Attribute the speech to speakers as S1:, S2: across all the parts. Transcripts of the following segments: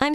S1: I'm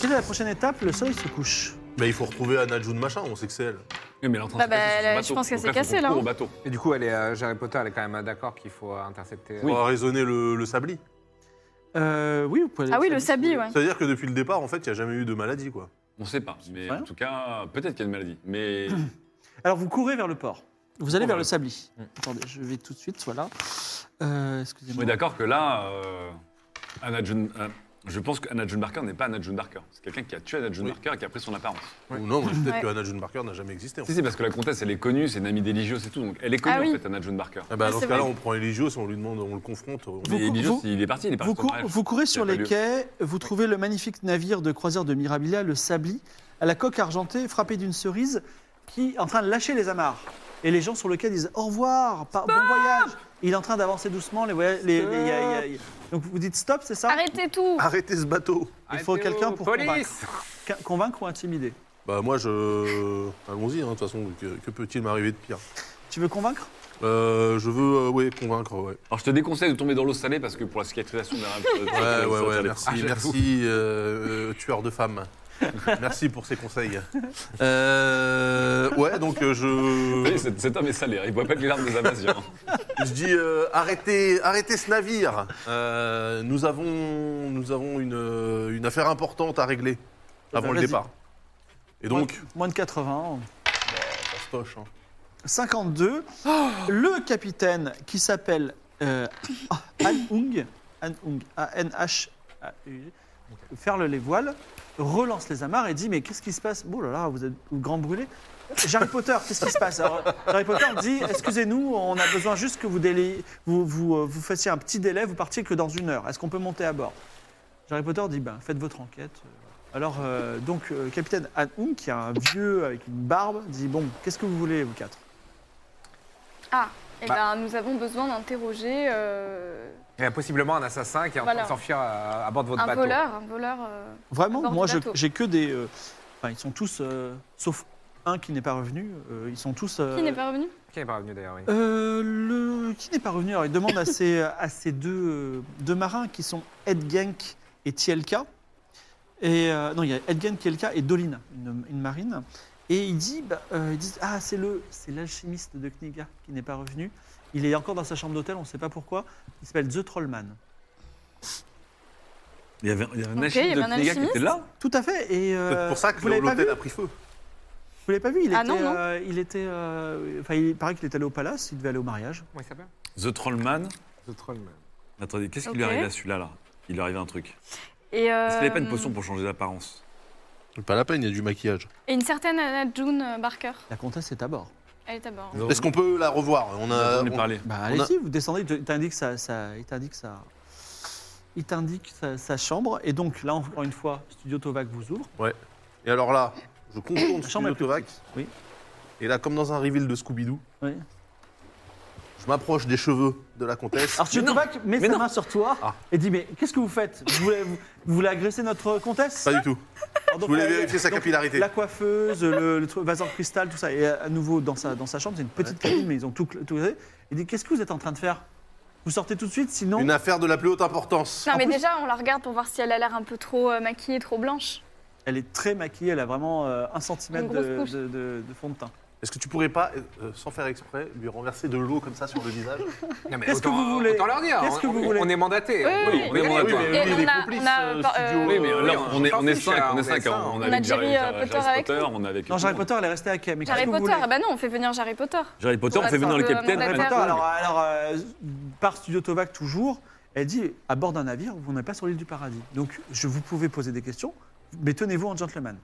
S2: Quelle est la prochaine étape Le soleil se couche.
S3: Mais il faut retrouver Anna June machin, on sait que c'est elle.
S4: Oui, mais elle est en train
S5: Bah,
S4: de se casser
S5: bah,
S4: sur son bateau.
S5: je pense qu'elle
S4: Donc là, faut
S5: s'est cassée,
S4: qu'on
S5: là,
S4: court
S5: hein.
S4: au bateau.
S6: Et du coup, elle est, euh, Harry Potter, elle est quand même d'accord qu'il faut euh, intercepter.
S3: On va raisonner le, le sabli.
S2: Euh, oui, vous pouvez aller
S5: Ah oui,
S2: sur
S5: le sabli, ouais.
S3: C'est-à-dire que depuis le départ, en fait, il n'y a jamais eu de maladie, quoi.
S4: On sait pas, mais
S2: Ouais.
S4: en tout cas, peut-être qu'il y a une maladie. Mais
S2: Alors vous courez vers le port. Vous allez
S4: Oh,
S2: vers
S4: ouais.
S2: le Hmm. sabli.
S4: Mm.
S2: Attendez, je vais tout de suite, voilà. Euh,
S4: on est
S2: Excusez-moi.
S4: d'accord que là, euh, Anna June- euh, je pense qu'Anna June Barker n'est pas Anna June Barker. C'est quelqu'un qui a tué Anna June
S3: Oui.
S4: Barker et qui a pris son apparence.
S3: Ou non, mais peut-être
S5: Ouais.
S3: que Anna June Barker n'a jamais existé. en
S4: Si,
S3: fait.
S4: si, parce que la comtesse, elle est connue, c'est une amie d'Eligio, c'est tout. Donc elle est connue,
S5: Ah oui.
S4: en fait, Anna June Barker.
S3: Ah bah,
S5: Ouais,
S3: dans ce
S5: c'est
S3: cas-là,
S5: vrai.
S3: on prend Eligios, on lui demande, on le confronte. on-
S2: Vous-
S4: Mais Eligios,
S2: vous-
S4: il est parti, il est parti.
S2: Vous,
S4: sans
S2: cou-
S4: mariage.
S2: vous courez sur
S4: Il y a
S2: les
S4: pas lieu.
S2: quais, vous trouvez le magnifique navire de croisière de Mirabilia, le Sabli, à la coque argentée, frappée d'une cerise, qui est en train de lâcher les amarres. Et les gens sur le quai disent au revoir, par- bon voyage. Il est en train d'avancer doucement. Les voya- les- les- il y a- il y a- Donc vous dites stop, c'est ça
S5: Arrêtez tout
S3: Arrêtez ce bateau
S2: Il faut quelqu'un pour
S6: euh, Police
S2: Qu'un- Convaincre ou intimider
S3: Bah moi, je... Allons-y, hein, de toute façon, que, que peut-il m'arriver de pire
S2: Tu veux convaincre
S3: Euh, Je veux, euh, ouais, convaincre, ouais.
S4: Alors je te déconseille de tomber dans l'eau salée parce que pour la cicatrisation de
S3: Ouais,
S4: la
S3: ouais, ouais, merci,
S4: Ah, j'avoue.
S3: merci, euh, euh, tueur de femmes. merci pour ces conseils. Euh, ouais, donc euh,
S4: Vous voyez,
S3: je,
S4: cet cet homme est salé, hein, il boit pas que les larmes des Amasiens. hein.
S3: je dis euh, arrêtez, arrêtez ce navire. Euh, nous avons, nous avons une, euh, une affaire importante à régler
S2: Ah, bah,
S3: avant le
S2: Vas-y.
S3: départ. Et donc,
S2: Moins de 80.
S3: fastoche, hein.
S2: 52, le capitaine qui s'appelle euh, Han Hung, Han Hung, A-N-H-A-U, ferle les voiles, relance les amarres et dit Mais qu'est-ce qui se passe Oh là là, vous êtes grand brûlé. Harry Potter, qu'est-ce qui se passe Alors, Harry Potter dit Excusez-nous, on a besoin juste que vous, délai- vous, vous, euh, vous fassiez un petit délai, vous partiez que dans une heure. Est-ce qu'on peut monter à bord Harry Potter dit Ben, faites votre enquête. Alors, euh, donc, euh, capitaine Han Hung, qui est un vieux avec une barbe, dit Bon, qu'est-ce que vous voulez, vous quatre
S5: Ah, eh ben, nous avons besoin d'interroger euh,
S6: Il y a possiblement un assassin qui est en
S5: Voilà.
S6: train de s'enfuir euh, à, à bord de votre
S5: un
S6: bateau.
S5: voleur, un voleur... euh,
S2: Vraiment,
S5: à bord
S2: moi,
S5: du
S2: je-
S5: bateau.
S2: j'ai que des. euh, Enfin, ils sont tous, euh, sauf un qui n'est pas revenu. euh, ils sont tous. euh,
S5: Qui n'est pas revenu
S6: Qui n'est pas revenu d'ailleurs, oui.
S2: euh, le qui n'est pas revenu. Alors, il demande à ces à ces deux euh, deux marins qui sont Ed Genk et Tielka. Et euh, non, il y a Ed Genk, Tielka et Dolina, une, une marine. Et il dit, bah, euh, ils disent, ah, c'est le, c'est l'alchimiste de Kniga qui n'est pas revenu. Il est encore dans sa chambre d'hôtel, on ne sait pas pourquoi. Il s'appelle The Trollman.
S4: Il y avait il y avait un
S5: Ok,
S4: alchimiste
S5: il y
S4: de
S5: avait
S4: Kniga
S5: un
S4: qui était
S5: alchimiste.
S4: là.
S2: Tout à fait. Et
S3: Peut-être
S2: euh,
S3: pour ça que
S2: vous l'avez pas vu
S3: l'hôtel a pris feu.
S2: Vous l'avez pas vu Il
S5: Ah
S2: était,
S5: non, non.
S2: euh, il était, euh, enfin, il paraît qu'il est allé au palace. Il devait aller au mariage.
S6: Comment il s'appelle
S4: The Trollman.
S6: The Trollman.
S4: Attendez, qu'est-ce qui
S5: Ok.
S4: lui est arrivé à celui-là là Il lui est arrivé un truc.
S5: Et, euh,
S4: Est-ce qu'il avait pas une potion pour changer d'apparence
S3: Pas la peine, il y a du maquillage.
S5: Et une certaine Anna June euh, Barker.
S2: La comtesse est à bord.
S5: Elle est à bord.
S3: Est-ce qu'on peut la revoir On a,
S4: On est
S3: on-
S4: parlé.
S2: Bah,
S3: On a-
S2: allez-y, vous descendez. Il te- il t'indique sa, sa- il t'indique sa, il t'indique sa, sa chambre. Et donc là, encore une fois, Studio Tovac vous ouvre.
S3: Et alors là, je confronte
S2: La chambre
S3: Studio
S2: est plus
S3: Tovac.
S2: petite. Oui.
S3: Et là, comme dans un reveal de Scooby-Doo,
S2: oui.
S3: je m'approche des cheveux de la comtesse.
S2: Alors Studio Tovac met
S4: mais
S2: sa
S4: non.
S2: main sur toi
S3: Ah.
S2: et dit mais qu'est-ce que vous faites vous voulez, vous, vous voulez agresser notre comtesse
S3: Pas du tout.
S2: Alors,
S3: Je
S2: donc,
S3: voulais
S2: la-
S3: vérifier sa
S2: donc,
S3: capillarité.
S2: La coiffeuse, le, le truc- vase en cristal, tout ça. Et euh, à nouveau, dans sa, dans sa chambre, c'est une petite cabine, mais ils ont tout. tout il dit Qu'est-ce que vous êtes en train de faire Vous sortez tout de suite, sinon.
S3: Une affaire de la plus haute importance.
S5: Non, mais
S2: plus-
S5: déjà, on la regarde pour voir si elle a l'air un peu trop euh, maquillée, trop blanche.
S2: Elle est très maquillée, elle a vraiment euh, un centimètre
S5: Une grosse
S2: de,
S5: couche.
S2: de- de- de fond de teint.
S3: Est-ce que tu pourrais pas, euh, sans faire exprès, lui renverser de l'eau comme ça sur le visage
S6: Non, mais
S2: Qu'est-ce que
S6: autant- euh,
S2: vous voulez
S6: Autant leur dire.
S2: Qu'est-ce
S6: on-
S2: que vous
S6: on-
S2: voulez
S6: On est mandaté.
S5: Oui, oui,
S4: oui. Oui,
S6: mandaté.
S4: mais
S5: Et
S3: lui,
S5: on
S3: il est
S5: a-
S3: complice,
S5: on a,
S3: euh,
S5: par-
S3: studio,
S5: euh,
S4: Oui, mais là,
S6: oui,
S4: on est,
S6: on
S4: on est
S6: s'en fiche,
S4: 5, on
S6: on
S4: est
S6: est
S4: 5. On,
S6: cinq. On
S5: a
S4: avait
S5: Jerry,
S4: Jerry,
S5: euh, Potter avec
S4: Potter,
S5: nous.
S4: on avait
S2: Non, Harry Potter, elle est restée à Kim.
S5: Harry Potter, bah, ah bah non, on fait venir Harry Potter.
S4: Harry Potter,
S5: on
S4: on
S5: fait
S4: fait
S5: Pour venir
S4: venir
S5: être
S4: le
S5: le capitaine,
S4: capitaine.
S5: mandataire.
S2: Harry Potter, alors, alors euh, par Studio Tovac toujours, Elle dit à bord d'un navire, vous n'êtes pas sur l'île du paradis. Donc, je vous pouvez poser des questions, mais tenez-vous en gentleman.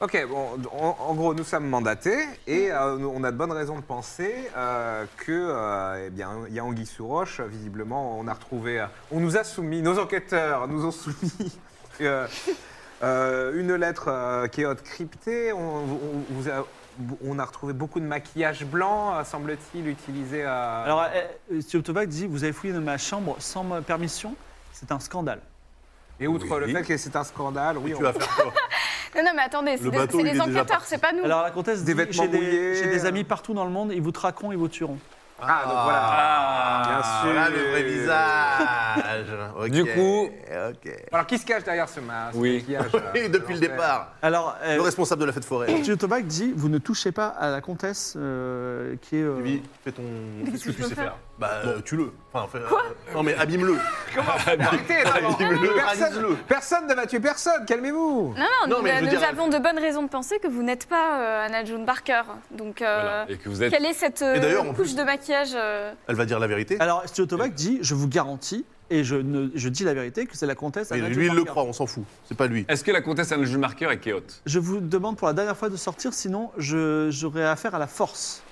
S6: Ok, bon, en, en gros, nous sommes mandatés
S3: Mm.
S6: et euh, nous- on a de bonnes raisons de penser euh, que, euh, eh bien, il y a Anguille sous roche. euh, Visiblement, on a retrouvé, euh, on nous a soumis, nos enquêteurs nous ont soumis euh, euh, une lettre euh, qui est haute cryptée. On, on- vous a, on a retrouvé beaucoup de maquillage blanc, euh, semble-t-il, utilisé. euh,
S2: Alors, euh, Stiotovac dit, vous avez fouillé dans ma chambre sans ma permission, c'est un scandale.
S6: et outre
S3: oui.
S6: le fait que c'est un scandale, oui,
S3: tu
S6: on-
S3: vas faire quoi
S5: Non, non, mais attendez, c'est
S3: Le
S5: des,
S3: bateau,
S5: c'est
S3: il
S5: des
S3: est déjà
S5: enquêteurs,
S3: parti.
S5: c'est pas nous.
S2: Alors, la comtesse
S6: Des
S2: dit,
S6: vêtements
S2: j'ai des,
S6: mouillés,
S2: j'ai des
S6: euh.
S2: amis partout dans le monde, ils vous traqueront, ils vous tueront.
S6: Ah, donc voilà.
S3: Ah,
S6: Bien sûr.
S3: Voilà le vrai visage. Ok,
S6: Du coup-
S3: ok.
S6: Alors, qui se cache derrière ce, ma- ce
S4: Oui.
S6: maquillage euh,
S3: Oui, depuis le
S6: l'enfer
S3: départ,
S2: Alors,
S3: le
S2: euh,
S3: responsable de la fête forêt.
S2: Stiotovac dit, vous ne touchez pas à la comtesse euh, qui est... euh,
S3: Lui, fais ton.
S5: Qu'est-ce que je peux faire
S3: Bah, euh, tue-le. Enfin, fais- euh, Non, mais abîme-le.
S6: Arrêtez, non, non.
S3: Abîme-le,
S6: Personne,
S3: analyse-le.
S6: personne ne va tuer personne,
S5: Non, non,
S6: calmez-vous
S3: Non,
S5: Hein, nous,
S3: mais je veux
S5: nous
S3: dire-
S5: avons de bonnes raisons de penser que vous n'êtes pas euh, Anna June Barker. Donc, euh,
S4: Voilà. Et que vous êtes.
S5: quelle est cette euh,
S3: Et d'ailleurs, en
S5: couche
S3: plus-
S5: de maquillage euh,
S3: Elle va dire la vérité.
S4: Ah,
S2: Alors, Stiotovac dit, je vous garantis, et je, ne, je dis la vérité, que c'est la comtesse...
S3: Mais
S2: Anna
S3: lui, il le
S2: Johnbarker.
S3: croit, on s'en fout. C'est pas lui.
S4: Est-ce que la comtesse Anna June Barker est kéote
S2: Je vous demande pour la dernière fois de sortir, sinon je- j'aurai affaire à la force.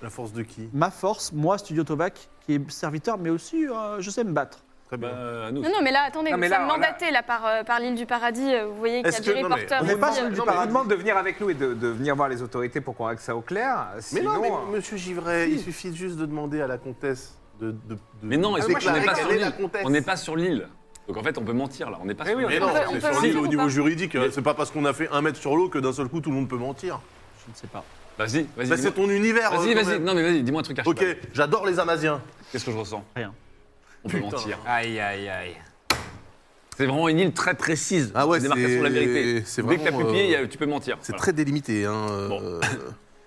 S3: La force de qui
S2: Ma force, moi, Studio Tobac, qui est serviteur, mais aussi euh, je sais me battre.
S3: Très bien.
S4: Bah, nous.
S5: Non, non, mais là, attendez,
S6: Non,
S5: nous
S6: mais là,
S5: sommes
S6: là-
S5: mandatés là, par, euh, par l'île du paradis. euh, Vous voyez qu'il y a
S3: Est-ce
S5: des
S3: que- non, mais
S5: reporters. euh.
S3: on
S2: n'est
S5: qui-
S2: pas sur l'île du
S5: Non,
S6: On vous
S2: paradis.
S6: demande de venir avec nous et de, de venir voir les autorités pour qu'on règle ça au clair.
S3: mais
S6: Sinon,
S3: non,
S4: hein.
S3: mais
S6: euh,
S3: monsieur Givray, il suffit juste de demander à la comtesse de. de- Ah, de-
S4: Mais non,
S3: de
S5: Ah,
S4: est-ce qu'on
S3: déclarer
S4: n'est pas
S3: qu'elle
S4: sur
S3: est la
S4: l'île
S3: comtesse.
S4: On n'est pas sur l'île. Donc en fait, on peut mentir là. On n'est pas
S6: Mais
S4: sur
S6: oui, on
S3: Mais
S6: est
S4: l'île.
S3: non,
S5: peut- on
S3: c'est
S5: peut
S3: sur
S5: mentir
S3: l'île
S5: ou
S3: au niveau
S5: pas
S3: juridique. hein.
S4: Mais-
S3: C'est pas parce qu'on a fait un mètre sur l'eau que d'un seul coup tout le monde peut mentir.
S2: Je ne sais pas.
S4: Vas-y, vas-y.
S3: Bah,
S4: dis-moi.
S3: c'est ton univers.
S4: Vas-y,
S3: euh, quand
S4: vas-y.
S3: même.
S4: Non, mais vas-y, dis-moi un truc
S3: Ok,
S4: archibald.
S3: j'adore les Amaziens.
S4: Qu'est-ce que je ressens
S2: Rien.
S4: On peut
S3: Putain.
S4: mentir.
S6: euh, Aïe, aïe, aïe.
S4: C'est vraiment une île très précise.
S3: Ah ouais,
S4: de démarcation de la
S3: c'est-
S4: vérité.
S3: c'est
S4: Dès que t'as
S3: vraiment,
S4: pupillé,
S3: euh,
S4: il y a- tu peux mentir.
S3: C'est
S4: Voilà.
S3: très délimité. Hein. euh,
S4: Bon.
S3: euh,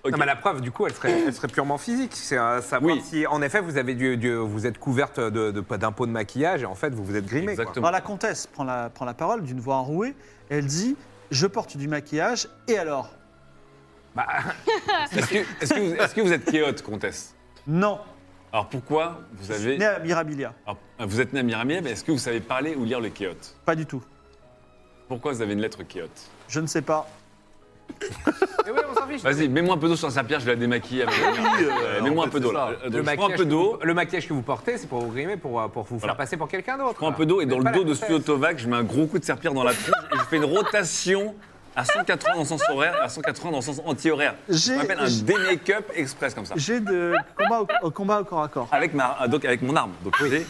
S4: Ok.
S6: Non, mais la preuve, du coup, elle serait, elle serait purement physique. C'est euh, savoir
S4: Oui.
S6: si, en effet, vous, avez dû, dû- vous êtes couverte de, de, d'un pot de maquillage et en fait, vous vous êtes grimée. quoi.
S4: Exactement.
S2: Alors, la comtesse prend la, prend la parole d'une voix enrouée. Elle dit Je porte du maquillage, et alors
S6: Bah,
S4: Est-ce que, est-ce que vous- est-ce que vous êtes kéote, comtesse
S2: Non,
S4: Alors pourquoi vous avez.
S2: né à Mirabilia.
S4: Alors, vous êtes né à Miramie, mais est-ce que vous savez parler ou lire le kéote
S2: Pas du tout.
S4: Pourquoi vous avez une lettre kéote
S2: Je ne sais pas.
S6: mais Eh oui, on s'en fiche.
S4: Vas-y, mets-moi un peu d'eau sur sa pierre, je la démaquille. avec- Euh,
S3: en
S4: Mets-moi un
S3: fait,
S4: peu
S3: c'est
S4: d'eau
S3: ça.
S4: là. Euh, donc, je
S6: Le
S4: prends un
S6: maquillage,
S4: peu
S6: que
S4: d'eau.
S6: vous- le maquillage que vous portez, c'est pour vous grimer, pour, euh, pour vous
S4: Voilà.
S6: faire passer pour quelqu'un d'autre.
S4: Je prends un peu d'eau et dans le
S6: Pas la
S4: dos de
S6: comtesse.
S4: Stuotovac, je mets un gros coup de serpillère dans la tronche et je fais une rotation à 180 dans le sens horaire et à 180 dans le sens anti-horaire. Je
S2: J'ai-
S4: m'appelle un D-make-up express comme ça.
S2: J'ai de combat au, au combat au corps à corps.
S4: Avec, ma, ah, donc avec mon arme. Donc j'ai-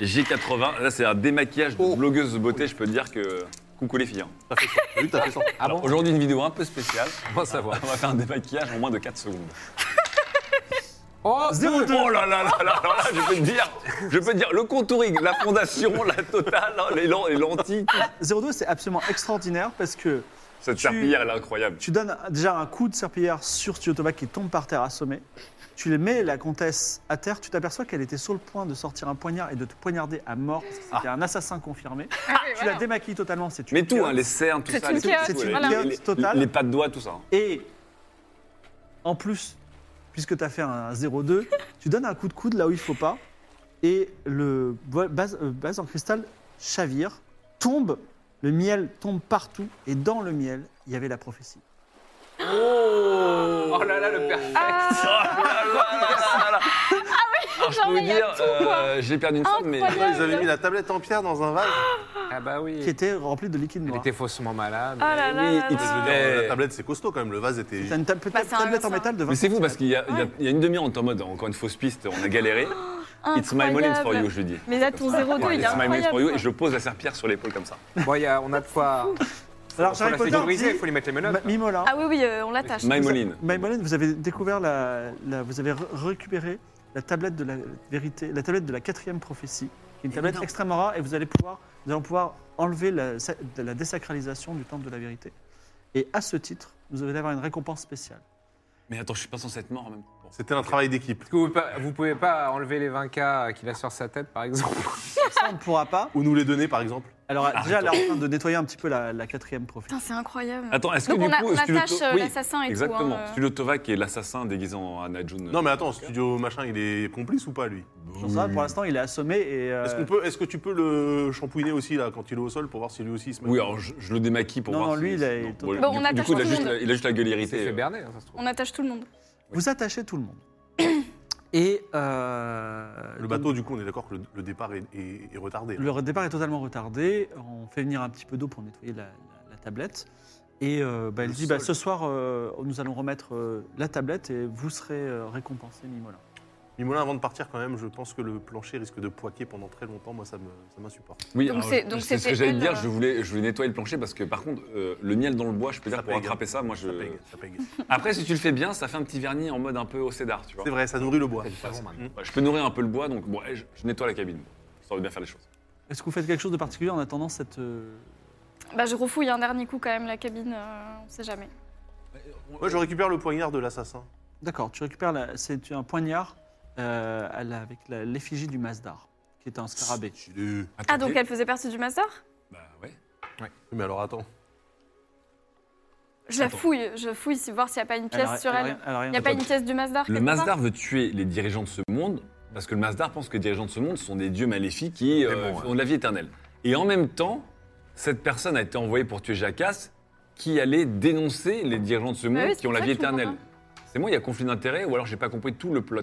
S4: j'ai J80. Là, c'est un démaquillage de blogueuse de beauté. Je peux te dire que. Coucou les filles. hein.
S3: T'as fait Oh. ça. Lui, t'as fait ça.
S6: Ah bon
S4: Alors, Aujourd'hui, une vidéo un peu spéciale.
S6: On va savoir.
S4: On va faire un démaquillage en moins de 4 secondes. Oh
S6: Oh,
S4: là là là là là là, je peux te dire, je peux te dire, le contouring, la fondation, la totale, hein, les, lan- les lentilles, tout.
S2: 02, c'est absolument extraordinaire parce que
S4: Cette
S2: Tu-
S4: serpillière, elle est incroyable.
S2: Tu donnes déjà un coup de serpillière sur Tiotoba qui tombe par terre assommé. Tu les mets la comtesse à terre. Tu t'aperçois qu'elle était sur le point de sortir un poignard et de te poignarder à mort. parce que C'était un assassin confirmé.
S5: Ah oui,
S2: Tu
S5: voilà.
S2: la démaquilles totalement. C'est une
S4: Mais tout,
S2: pieuse.
S4: hein, les cernes, tout
S5: C'est
S4: ça.
S5: une
S4: les-
S5: chaos,
S4: tout,
S2: c'est une
S4: les-
S2: chaos
S4: les-
S2: totale.
S4: Les pas de doigts, tout ça. hein.
S2: Et en plus, puisque tu as fait un 0-2, tu donnes un coup de coude là où il faut pas. Et le vo- base, euh, base en cristal chavire, tombe. Le miel tombe partout. Et dans le miel, il y avait la prophétie.
S6: oh là là, le perfect.
S4: Ah.
S5: Ah
S4: Alors, je peux
S5: Genre,
S4: vous
S5: il y a
S4: dire,
S5: tout, quoi.
S4: euh, j'ai perdu une somme, mais
S5: Incroyable.
S3: Ils avaient mis la tablette en pierre dans un vase.
S6: Ah bah oui.
S2: Qui était remplie de liquide
S6: Elle
S2: noir.
S6: était faussement malade.
S5: Ah là là
S4: Oui,
S5: là
S4: il-
S5: là.
S3: Je veux dire,
S4: Mais-
S3: La tablette, c'est costaud quand même. Le vase était.
S2: T'as une ta- ta-
S5: Bah, c'est un
S2: tablette en
S5: glaçon.
S2: métal de 20
S4: Mais c'est fou parce qu'il y, a- il y a- il y a une demi-heure, on était en mode encore une fausse piste, on a galéré. It's my
S5: Ah, Incroyable.
S4: moment for you, je lui dis.
S5: Mais là, ton 0,2, il est
S4: It's my moment for
S5: incroyable.
S4: you, et je pose la serpillère sur l'épaule comme ça.
S6: Bon, il y a- on a de quoi.
S2: Alors,
S6: faut
S2: Harry
S6: la
S2: Potter
S6: sécuriser,
S2: dit-
S6: il faut lui mettre les menottes.
S2: Ma- Mimolin,
S5: Ah oui, oui, euh, on l'attache.
S4: My Moline.
S2: Maïmoline, vous avez découvert la, la- vous avez re- récupéré la tablette de la vérité, la tablette de la quatrième prophétie, qui est une tablette extrêmement rare, et vous allez pouvoir, nous allons pouvoir enlever la, sa- de la désacralisation du temple de la vérité. Et à ce titre, vous allez avoir une récompense spéciale.
S4: Mais attends, je suis pas censé être mort en même temps. Bon.
S3: C'était un travail d'équipe.
S6: Est-ce que vous pouvez, pas, vous pouvez pas enlever les 20K qu'il a sur sa tête, par exemple
S2: Ça, on ne pourra pas.
S3: Ou nous les donner, par exemple.
S2: Alors déjà, elle est en train de nettoyer un petit peu la, la quatrième profil.
S5: Putain, c'est incroyable.
S4: Attends, est-ce que
S5: Donc
S4: du
S5: on, a-
S4: coup.
S5: on
S4: Studio
S5: attache
S4: To-
S5: euh,
S4: oui,
S5: l'assassin et
S4: Exactement.
S5: tout. hein,
S4: Studio Tova qui est l'assassin déguisé en Anna June.
S3: Non, mais attends, studio machin, il est complice ou pas, lui
S2: Sur ça, pour l'instant, il est assommé et... euh,
S3: Est-ce qu'on peut, est-ce que tu peux le shampouiner aussi là quand il est au sol pour voir si lui aussi il se met
S4: Oui, alors je, je le démaquille pour
S2: Non,
S4: voir.
S2: non, lui,
S4: si-
S2: il est
S4: non,
S2: totalement-
S5: Bon,
S4: du-
S5: on
S4: du
S5: attache
S4: coup, il a,
S5: tout le
S4: juste,
S5: monde.
S4: la- il a juste la gueule
S6: Il s'est
S4: irritée.
S6: fait
S4: euh.
S6: berner, hein, ça se trouve.
S5: On attache tout le monde.
S2: Vous attachez tout le monde. Et euh,
S3: Le bateau, du coup, on est d'accord que le, le départ est, est- est retardé. là.
S2: Le départ est totalement retardé. On fait venir un petit peu d'eau pour nettoyer la, la- la tablette. Et euh, bah, elle
S3: Le
S2: dit bah,
S3: sol.
S2: ce soir, euh, nous allons remettre euh, la tablette et vous serez euh, récompensé, Mimolin.
S3: Mimolin, avant de partir, quand même, je pense que le plancher risque de poiquer pendant très longtemps. Moi, ça me, ça m'insupporte.
S4: Oui,
S5: Donc
S4: alors,
S5: c'est-
S4: je-
S5: donc
S4: c'est ce
S5: c'était
S4: que j'allais te dire.
S5: elle, euh.
S4: Je voulais, je voulais nettoyer le plancher parce que par contre, euh, le miel dans le bois, je peux dire, pour
S3: pègue,
S4: attraper
S3: hein.
S4: ça, moi
S3: Ça
S4: je.
S3: pègue, ça pègue.
S4: Après, si tu le fais bien, ça fait un petit vernis en mode un peu au cédar, tu vois.
S3: C'est vrai, ça nourrit le bois. Mm.
S4: Ouais, Bah, Je peux nourrir un peu le bois, donc bon, eh, je, je nettoie la cabine. Ça veut bien faire les choses.
S2: Est-ce que vous faites quelque chose de particulier en attendant cette. euh,
S5: Bah, je refouille un dernier coup quand même la cabine, euh, on sait jamais.
S3: Moi, je récupère le poignard de l'assassin.
S2: D'accord, tu récupères. la- C'est un poignard euh, à la- avec la- l'effigie du Masdar, qui est un scarabée.
S4: Attends,
S5: Ah, donc
S4: ok.
S5: elle faisait partie du master
S4: Bah ouais.
S3: Oui, Mais alors, attends.
S5: Je la
S4: Attends.
S5: fouille, je fouille si- voir s'il n'y a pas une
S2: a-
S5: pièce sur
S2: a
S5: elle.
S2: rien- elle a rien
S5: Il n'y a
S2: de-
S5: pas une pièce du Masdar
S4: Le
S5: quelque part
S4: Masdar veut tuer les dirigeants de ce monde parce que le Masdar pense que les dirigeants de ce monde sont des dieux maléfiques qui euh,
S3: Démons, ouais.
S4: ont de la vie éternelle. Et en même temps, cette personne a été envoyée pour tuer Jacasse qui allait dénoncer les dirigeants de ce monde
S5: Bah oui, c'est
S4: qui ont
S5: pour
S4: la
S5: ça
S4: vie
S5: que je comprends
S4: éternelle.
S5: hein.
S4: C'est moi, il y a conflit d'intérêts ou alors j'ai pas compris tout le plot.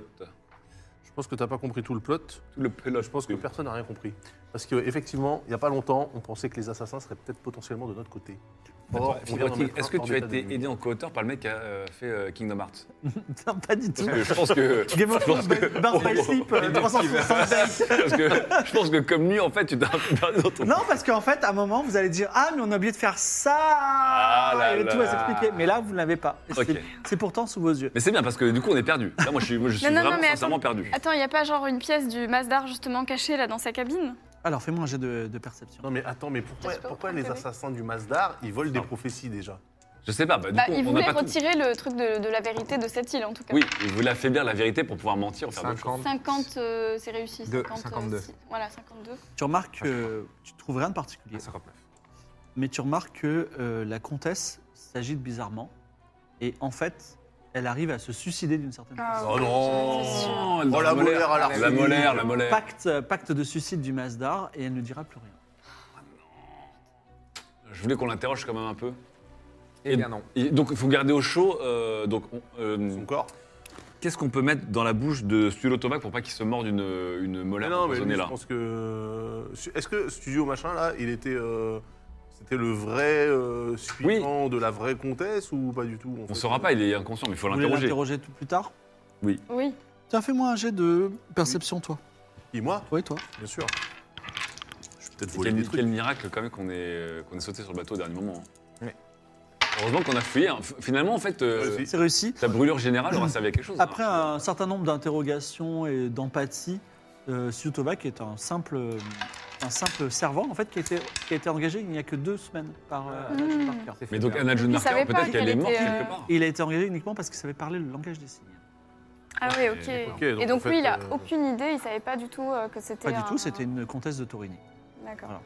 S3: Je pense que t'as pas compris tout le plot.
S4: Tout le plot.
S3: Je pense que personne n'a rien compris. Parce qu'effectivement, il n'y a pas longtemps, on pensait que les assassins seraient peut-être potentiellement de notre côté. Or,
S4: Attends,
S3: on vient d'en
S4: Fibroti,
S3: mettre
S4: Est-ce
S3: un
S4: que
S3: en
S4: tu as
S3: état
S4: été
S3: de nuit.
S4: aidé en co-auteur par le mec qui a euh, fait euh, Kingdom Hearts
S2: Non, pas du tout.
S4: Parce que Je pense que.
S2: Game of
S4: je pense
S2: Thrones,
S4: que-
S2: Birth by Sleep, euh, 360 days.
S4: Parce que je pense que comme lui, en fait, tu t'es un peu perdu dans ton.
S2: Non, parce qu'en fait, à un moment, vous allez dire Ah, mais on a oublié de faire ça
S4: Ah là
S2: Et tout va
S4: là.
S2: s'expliquer. Mais là, vous ne l'avez pas. Et c'est-
S4: Ok.
S2: C'est pourtant sous vos yeux.
S4: Mais c'est bien parce que du coup, on est perdu. Là, moi, je suis, moi, je suis
S5: Non, non, non,
S4: vraiment
S5: mais
S4: sincèrement
S5: attends.
S4: perdu.
S5: Attends, il n'y a pas genre une pièce du Masdar justement cachée là dans sa cabine
S2: Alors, fais-moi un jet de, de perception.
S3: Non mais attends, mais pourquoi,
S5: Qu'est-ce que-
S3: pourquoi
S5: pourquoi
S3: les
S5: t'avais-
S3: assassins du Masdar, ils volent des prophéties déjà
S4: Je sais pas. Bah, du
S5: Bah,
S4: coup,
S5: il
S4: on n'a
S5: voulait
S4: pas tout.
S5: retirer le truc de, de la vérité de cette île en tout cas.
S4: Oui, il voulait affaiblir la vérité pour pouvoir mentir ou faire d'autres choses.
S6: 50.
S5: 50, euh, c'est réussi.
S6: Deux,
S5: 50, euh,
S6: 52.
S5: si- voilà, 52.
S2: Tu remarques que tu trouves rien de particulier,
S6: Ah, 59.
S2: mais tu remarques que euh, la comtesse s'agite bizarrement. Et en fait, elle arrive à se suicider d'une certaine
S5: Ah,
S2: façon.
S3: Oh non
S5: c'est sûr.
S4: elle
S3: Oh
S4: dort
S3: la
S4: molaire.
S3: molaire à la
S4: La molaire, la molaire.
S2: Pacte, euh, pacte de suicide du Masdar, et elle ne dira plus rien.
S4: Je voulais qu'on l'interroge quand même un peu.
S6: Eh bien non.
S4: Et donc, il faut garder au chaud. euh, donc, on- euh,
S3: Son corps
S4: qu'est-ce qu'on peut mettre dans la bouche de Stulo Tobac pour pas qu'il se morde une, une
S3: Mais
S4: molaire
S3: Ah Non mais lui,
S4: empoisonnée,
S3: je
S4: là
S3: pense que... Est-ce que Studio Machin là, il était... euh, C'était le vrai euh, suivant de la vraie comtesse ou pas du tout en
S4: On
S3: fait
S4: saura pas, il est inconscient, mais il faut
S2: Vous voulez
S4: l'interroger.
S2: l'interroger tout plus tard
S5: Oui.
S2: Tiens, fais-moi un jet de perception, toi.
S3: Qui, moi
S2: Oui, toi.
S3: Bien sûr. Je vais peut-être
S4: Et
S3: voler
S4: Quel,
S3: des
S4: quel
S3: trucs.
S4: miracle quand même qu'on est, qu'on est sauté sur le bateau au dernier moment. hein.
S6: Ouais.
S4: Heureusement qu'on a fui. hein. F- Finalement, en fait, euh,
S3: Ouais, si.
S2: C'est réussi.
S4: ta brûlure générale aura servi à quelque chose.
S2: Après
S4: hein.
S2: un certain nombre d'interrogations et d'empathie, euh, Sutovac est un simple, un simple servant en fait, qui, a été, qui a été engagé il n'y a que deux semaines par euh, Alan John
S6: Mmh.
S2: Parker.
S4: Mais donc, Anna June
S5: Il
S4: Marker,
S5: savait pas
S4: peut-être qu'elle
S5: qu'elle
S4: est morte
S5: était, euh,
S4: quelque part.
S2: Et il a été engagé uniquement parce qu'il savait parler le langage des signes.
S5: Ah oui, ok.
S3: Ok,
S5: Et
S3: donc,
S5: donc,
S3: en fait,
S5: lui, il a
S3: euh,
S5: aucune idée, il savait pas du tout euh, que c'était.
S2: Pas du
S5: un-
S2: tout, c'était une comtesse de Torini.
S5: D'accord.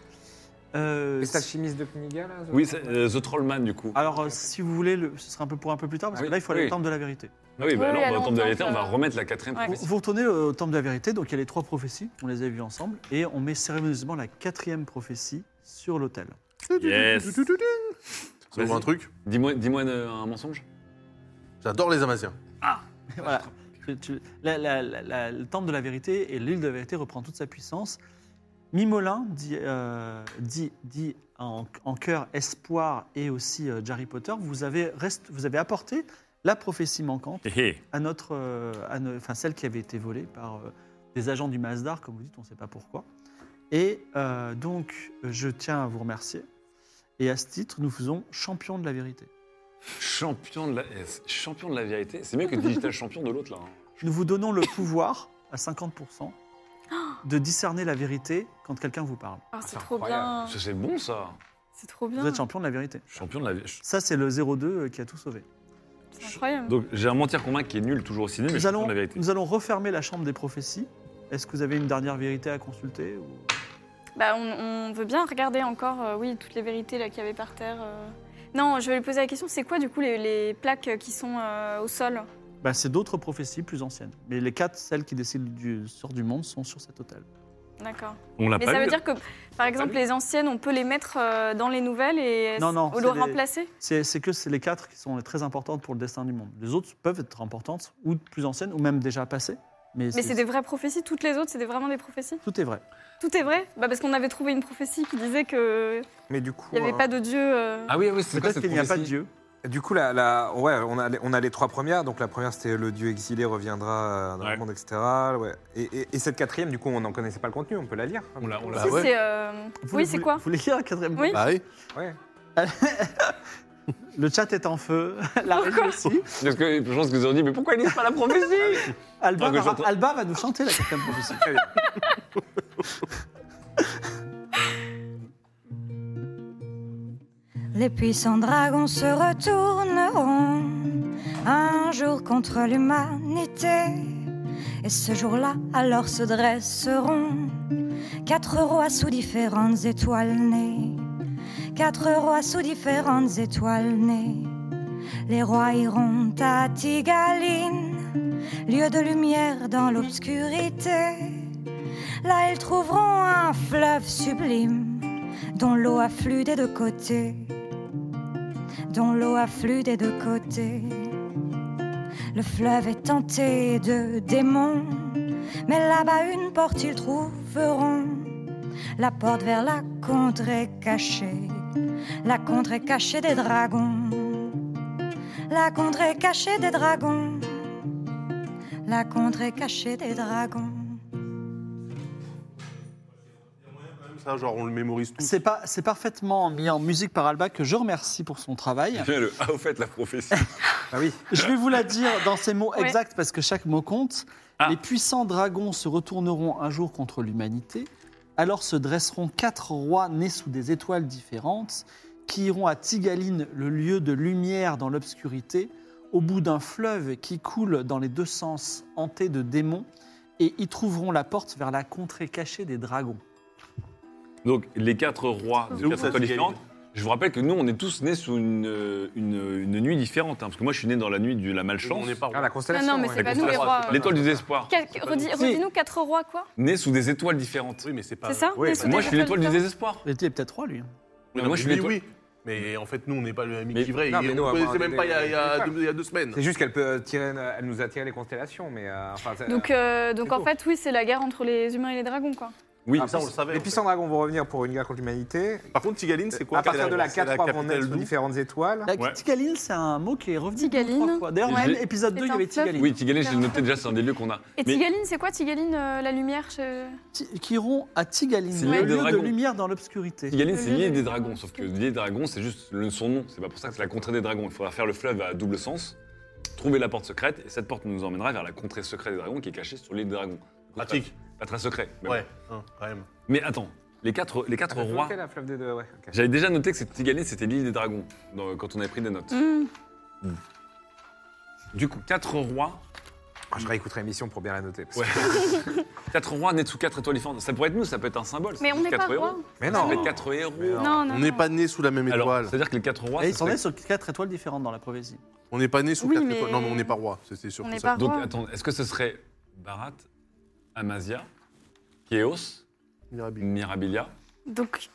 S2: Euh,
S6: Et cet alchimiste de Kniga, là
S4: Oui, c'est euh, The Trollman, du coup.
S2: alors, euh, si vous voulez, le- ce sera un peu pour un peu plus tard, parce
S4: Ah
S2: que
S4: oui,
S2: là, il faut aller
S4: oui.
S2: au temple de la vérité.
S4: Ah oui, bah
S5: Oui,
S4: alors,
S5: elle
S4: bah,
S5: est
S4: au temple de la
S5: en
S4: vérité, on va
S5: temple, euh,
S4: remettre la quatrième
S5: ouais.
S4: prophétie.
S2: Vous retournez au temple de la vérité, donc il y a les trois prophéties, on les a vues ensemble, et on met cérémonieusement la quatrième prophétie sur l'autel.
S4: Yes.
S3: Ça vous voit un truc
S4: Dis-moi dis un mensonge.
S3: J'adore les Amaziens.
S2: Voilà. Tu- tu- la- la- la- la- le temple de la vérité et l'île de la vérité reprend toute sa puissance. Mimolin dit, euh, dit, dit en, en cœur espoir et aussi euh, Harry Potter, vous avez, rest- vous avez apporté la prophétie manquante
S4: Hé, hé.
S2: à notre, euh, à no- enfin celle qui avait été volée par euh, des agents du Masdar, comme vous dites, on ne sait pas pourquoi. Et euh, donc, je tiens à vous remercier. Et à ce titre, nous faisons champion de la vérité.
S4: Champion de la, eh, c'est- champion de la vérité. C'est mieux que digital champion de l'autre, là. hein.
S2: Nous vous donnons le pouvoir à 50% de discerner la vérité quand quelqu'un vous parle.
S5: Ah, c'est
S6: c'est
S5: trop bien.
S6: incroyable.
S4: Ça, C'est bon, ça.
S5: C'est trop bien.
S2: Vous êtes champion de la vérité.
S4: Champion de la vérité.
S2: Ça, c'est le 02 qui a tout sauvé.
S5: C'est incroyable.
S4: Donc, j'ai un mentir convaincre qui est nul, toujours aussi nul, mais
S2: Nous
S4: champion
S2: allons,
S4: de la vérité.
S2: nous allons refermer la chambre des prophéties. Est-ce que vous avez une dernière vérité à consulter ou-
S5: Bah, on, on veut bien regarder encore, euh, oui, toutes les vérités là qu'il y avait par terre. euh. Non, je vais lui poser la question. C'est quoi du coup les, les plaques qui sont euh, au sol
S2: Bah, c'est d'autres prophéties plus anciennes. Mais les quatre, celles qui décident du sort du monde, sont sur cet hôtel.
S5: D'accord.
S4: On l'a Ah,
S5: Mais
S4: pas
S5: ça
S4: eu.
S5: veut dire que, par exemple, les anciennes, on peut les mettre euh, dans les nouvelles et
S2: Non, non,
S5: on
S2: c'est
S5: les
S2: les-
S5: remplacer
S2: C'est c'est que c'est les quatre qui sont les très importantes pour le destin du monde. Les autres peuvent être importantes, ou plus anciennes, ou même déjà passées. Mais,
S5: Mais c'est des vraies prophéties. Toutes les autres, c'est des- vraiment des prophéties.
S2: Tout est vrai.
S5: Tout est vrai bah, Parce qu'on avait trouvé une prophétie qui disait qu'il
S6: Mais du coup,
S5: n'y avait
S6: euh,
S5: pas de dieu. euh,
S7: Ah oui, oui, c'est quoi
S2: Peut-être
S7: cette
S2: qu'il n'y a pas de
S7: prophétie
S2: dieu.
S6: du coup la, la- ouais, on, a, les- on a les trois premières. Donc la première, c'était le dieu exilé reviendra euh, dans
S7: Ouais.
S6: le monde, etc. Ouais. Et, et- et cette quatrième, du coup, on n'en connaissait pas le contenu, on peut la lire.
S7: On l'a- on l'a-
S3: Bah
S5: si,
S3: ouais.
S5: c'est, euh,
S2: Vous
S5: Oui,
S2: le-
S5: c'est
S2: vous-
S5: quoi
S2: Vous voulez lire la quatrième
S5: Oui.
S3: Bah oui.
S6: Ouais.
S2: Le chat est en feu, la reine aussi.
S4: Parce que je pense que vous avez dit, mais pourquoi ils lisent pas la prophétie
S2: Alba,
S4: Attends que
S2: va,
S4: j'entends.
S2: Alba va nous chanter la quatrième prophétie.
S6: Très bien.
S8: Les puissants dragons se retourneront un jour contre l'humanité. Et ce jour-là, alors se dresseront quatre rois sous différentes étoiles nées. Quatre rois sous différentes étoiles nées. Les rois iront à Tigaline, lieu de lumière dans l'obscurité. Là, ils trouveront un fleuve sublime dont l'eau afflue des deux côtés, dont l'eau afflue des deux côtés. Le fleuve est tenté de démons, mais là-bas une porte ils trouveront. La porte vers la contrée cachée, la contrée cachée des dragons, la contrée cachée des dragons, la contrée cachée des dragons.
S3: Ça, genre, on le mémorise tous.
S2: C'est pas- c'est parfaitement mis en musique par Alba que je remercie pour son travail.
S4: Bien le, ah, au fait, la prophétie.
S6: Ah oui.
S2: Je vais vous la dire dans ces mots
S5: Ouais.
S2: exacts parce que chaque mot compte.
S4: Ah.
S2: Les puissants dragons se retourneront un jour contre l'humanité. Alors se dresseront quatre rois nés sous des étoiles différentes qui iront à Tigaline, le lieu de lumière dans l'obscurité, au bout d'un fleuve qui coule dans les deux sens, hanté de démons, et y trouveront la porte vers la contrée cachée des dragons.
S4: Donc, les quatre rois de
S3: Où
S4: quatre
S3: ça,
S4: étoiles
S3: c'est
S4: différentes. Je vous rappelle que nous, on est tous nés sous une, une, une nuit différente. hein, parce que moi, je suis né dans la nuit de la malchance.
S3: On n'est pas
S6: Ah, la
S5: Non,
S6: constellation.
S5: non, mais
S6: ouais.
S5: c'est pas nous les rois. euh.
S4: L'étoile du désespoir.
S5: Quatre-
S4: Si.
S5: redis- Redis-nous quatre rois, quoi
S4: Né sous des étoiles différentes.
S3: Oui, mais c'est pas.
S5: C'est ça
S3: Oui,
S5: T'es
S3: bah,
S5: sous
S4: Moi,
S5: des
S4: je suis l'étoile du
S5: étoiles
S4: désespoir.
S2: Il était peut-être trois, lui. hein.
S4: Mais
S3: Non,
S4: moi,
S3: mais
S4: je suis
S3: lui,
S4: l'étoile.
S3: oui. Mais en fait, nous, on n'est pas le
S4: Mais-
S3: Mickey vrai.
S6: Non, mais
S3: on
S6: nous,
S3: ne connaissait
S6: avoir
S3: même
S6: des-
S3: pas il y a- il y a
S6: des-
S3: deux- il y a deux semaines.
S6: C'est juste qu'elle peut tirer, elle nous a tiré les constellations, mais euh, enfin, c'est-
S5: Donc, euh, donc
S6: C'est
S5: en
S6: beau.
S5: fait, oui, c'est la guerre entre les humains et les dragons, quoi.
S4: Oui,
S3: Ah, ça, on le savait.
S6: les
S3: en fait.
S6: puissants dragons vont revenir pour une guerre contre l'humanité.
S3: Par contre, Tigaline, c'est quoi
S6: À partir
S3: C'est
S6: de la
S3: c'est
S6: 4, rois vont naître
S3: capitale
S6: sous
S3: d'où
S6: différentes étoiles.
S2: La
S4: Ouais.
S2: Tigaline, c'est un mot qui est revenu deux,
S5: Tigaline.
S2: trois fois. D'ailleurs,
S4: Et
S2: même
S4: j'ai-
S2: épisode 2, il y
S5: C'est un
S2: avait
S5: fleuve.
S2: Tigaline.
S4: Oui, Tigalé, je l'ai noté déjà, c'est un des lieux qu'on a.
S5: Et
S4: Mais-
S5: Tigaline, c'est quoi Tigaline, euh, la lumière chez-
S2: Ti- qui iront à
S4: C'est
S2: Tigaline,
S5: l'île
S2: le
S5: des
S2: lieu de
S4: dragons.
S2: lumière dans l'obscurité.
S4: Tigaline, c'est
S5: Le lieu
S4: l'île
S5: des
S4: des
S5: dragons,
S4: dragons, sauf que l'île des dragons, c'est juste le- son nom. C'est pas pour ça que c'est la contrée des dragons. Il faudra faire le fleuve à double sens, trouver la porte secrète, et cette porte nous emmènera vers la contrée secrète des dragons qui est cachée sur l'île des dragons. Pas-
S3: Pratique.
S4: Pas très secret. mais
S3: Ouais,
S4: bon.
S3: hein, quand même.
S4: Mais attends, les quatre, les quatre
S6: Ah,
S4: rois.
S6: c'est la fleuve des deux, ouais, ok.
S4: J'avais déjà noté que cette Tigaline, c'était l'île des dragons, dans- quand on avait pris des notes.
S5: Hmm.
S4: Du coup, quatre rois,
S6: Ah, Je réécouterai l'émission pour bien la noter. parce que-
S4: Ouais. quatre rois nés sous quatre étoiles différentes. Ça pourrait être nous, ça peut être un symbole. ça
S5: Mais
S4: peut
S5: on
S4: être
S5: n'est pas
S4: quatre héros. Euh,
S5: roi.
S6: Mais
S4: Ça peut
S6: non.
S4: être quatre héros.
S6: Mais non.
S5: Non, non.
S3: On n'est
S5: non.
S3: pas né sous la même
S4: Alors,
S3: étoile.
S4: c'est-à-dire que les quatre rois,
S2: Et ils
S4: ce
S2: sont
S4: serait-
S2: nés sur quatre étoiles différentes dans la prophétie.
S3: On n'est pas né sous
S5: Oui,
S3: quatre
S5: mais-
S3: étoiles. Non, mais on n'est pas roi. C'est c'est sûr.
S5: On
S3: que
S5: n'est
S3: ça.
S5: pas
S4: Donc,
S5: roi.
S4: attends, est-ce que ce serait Barat, Amazia, Chaos,
S3: Mirabile.
S4: Mirabilia
S5: Donc,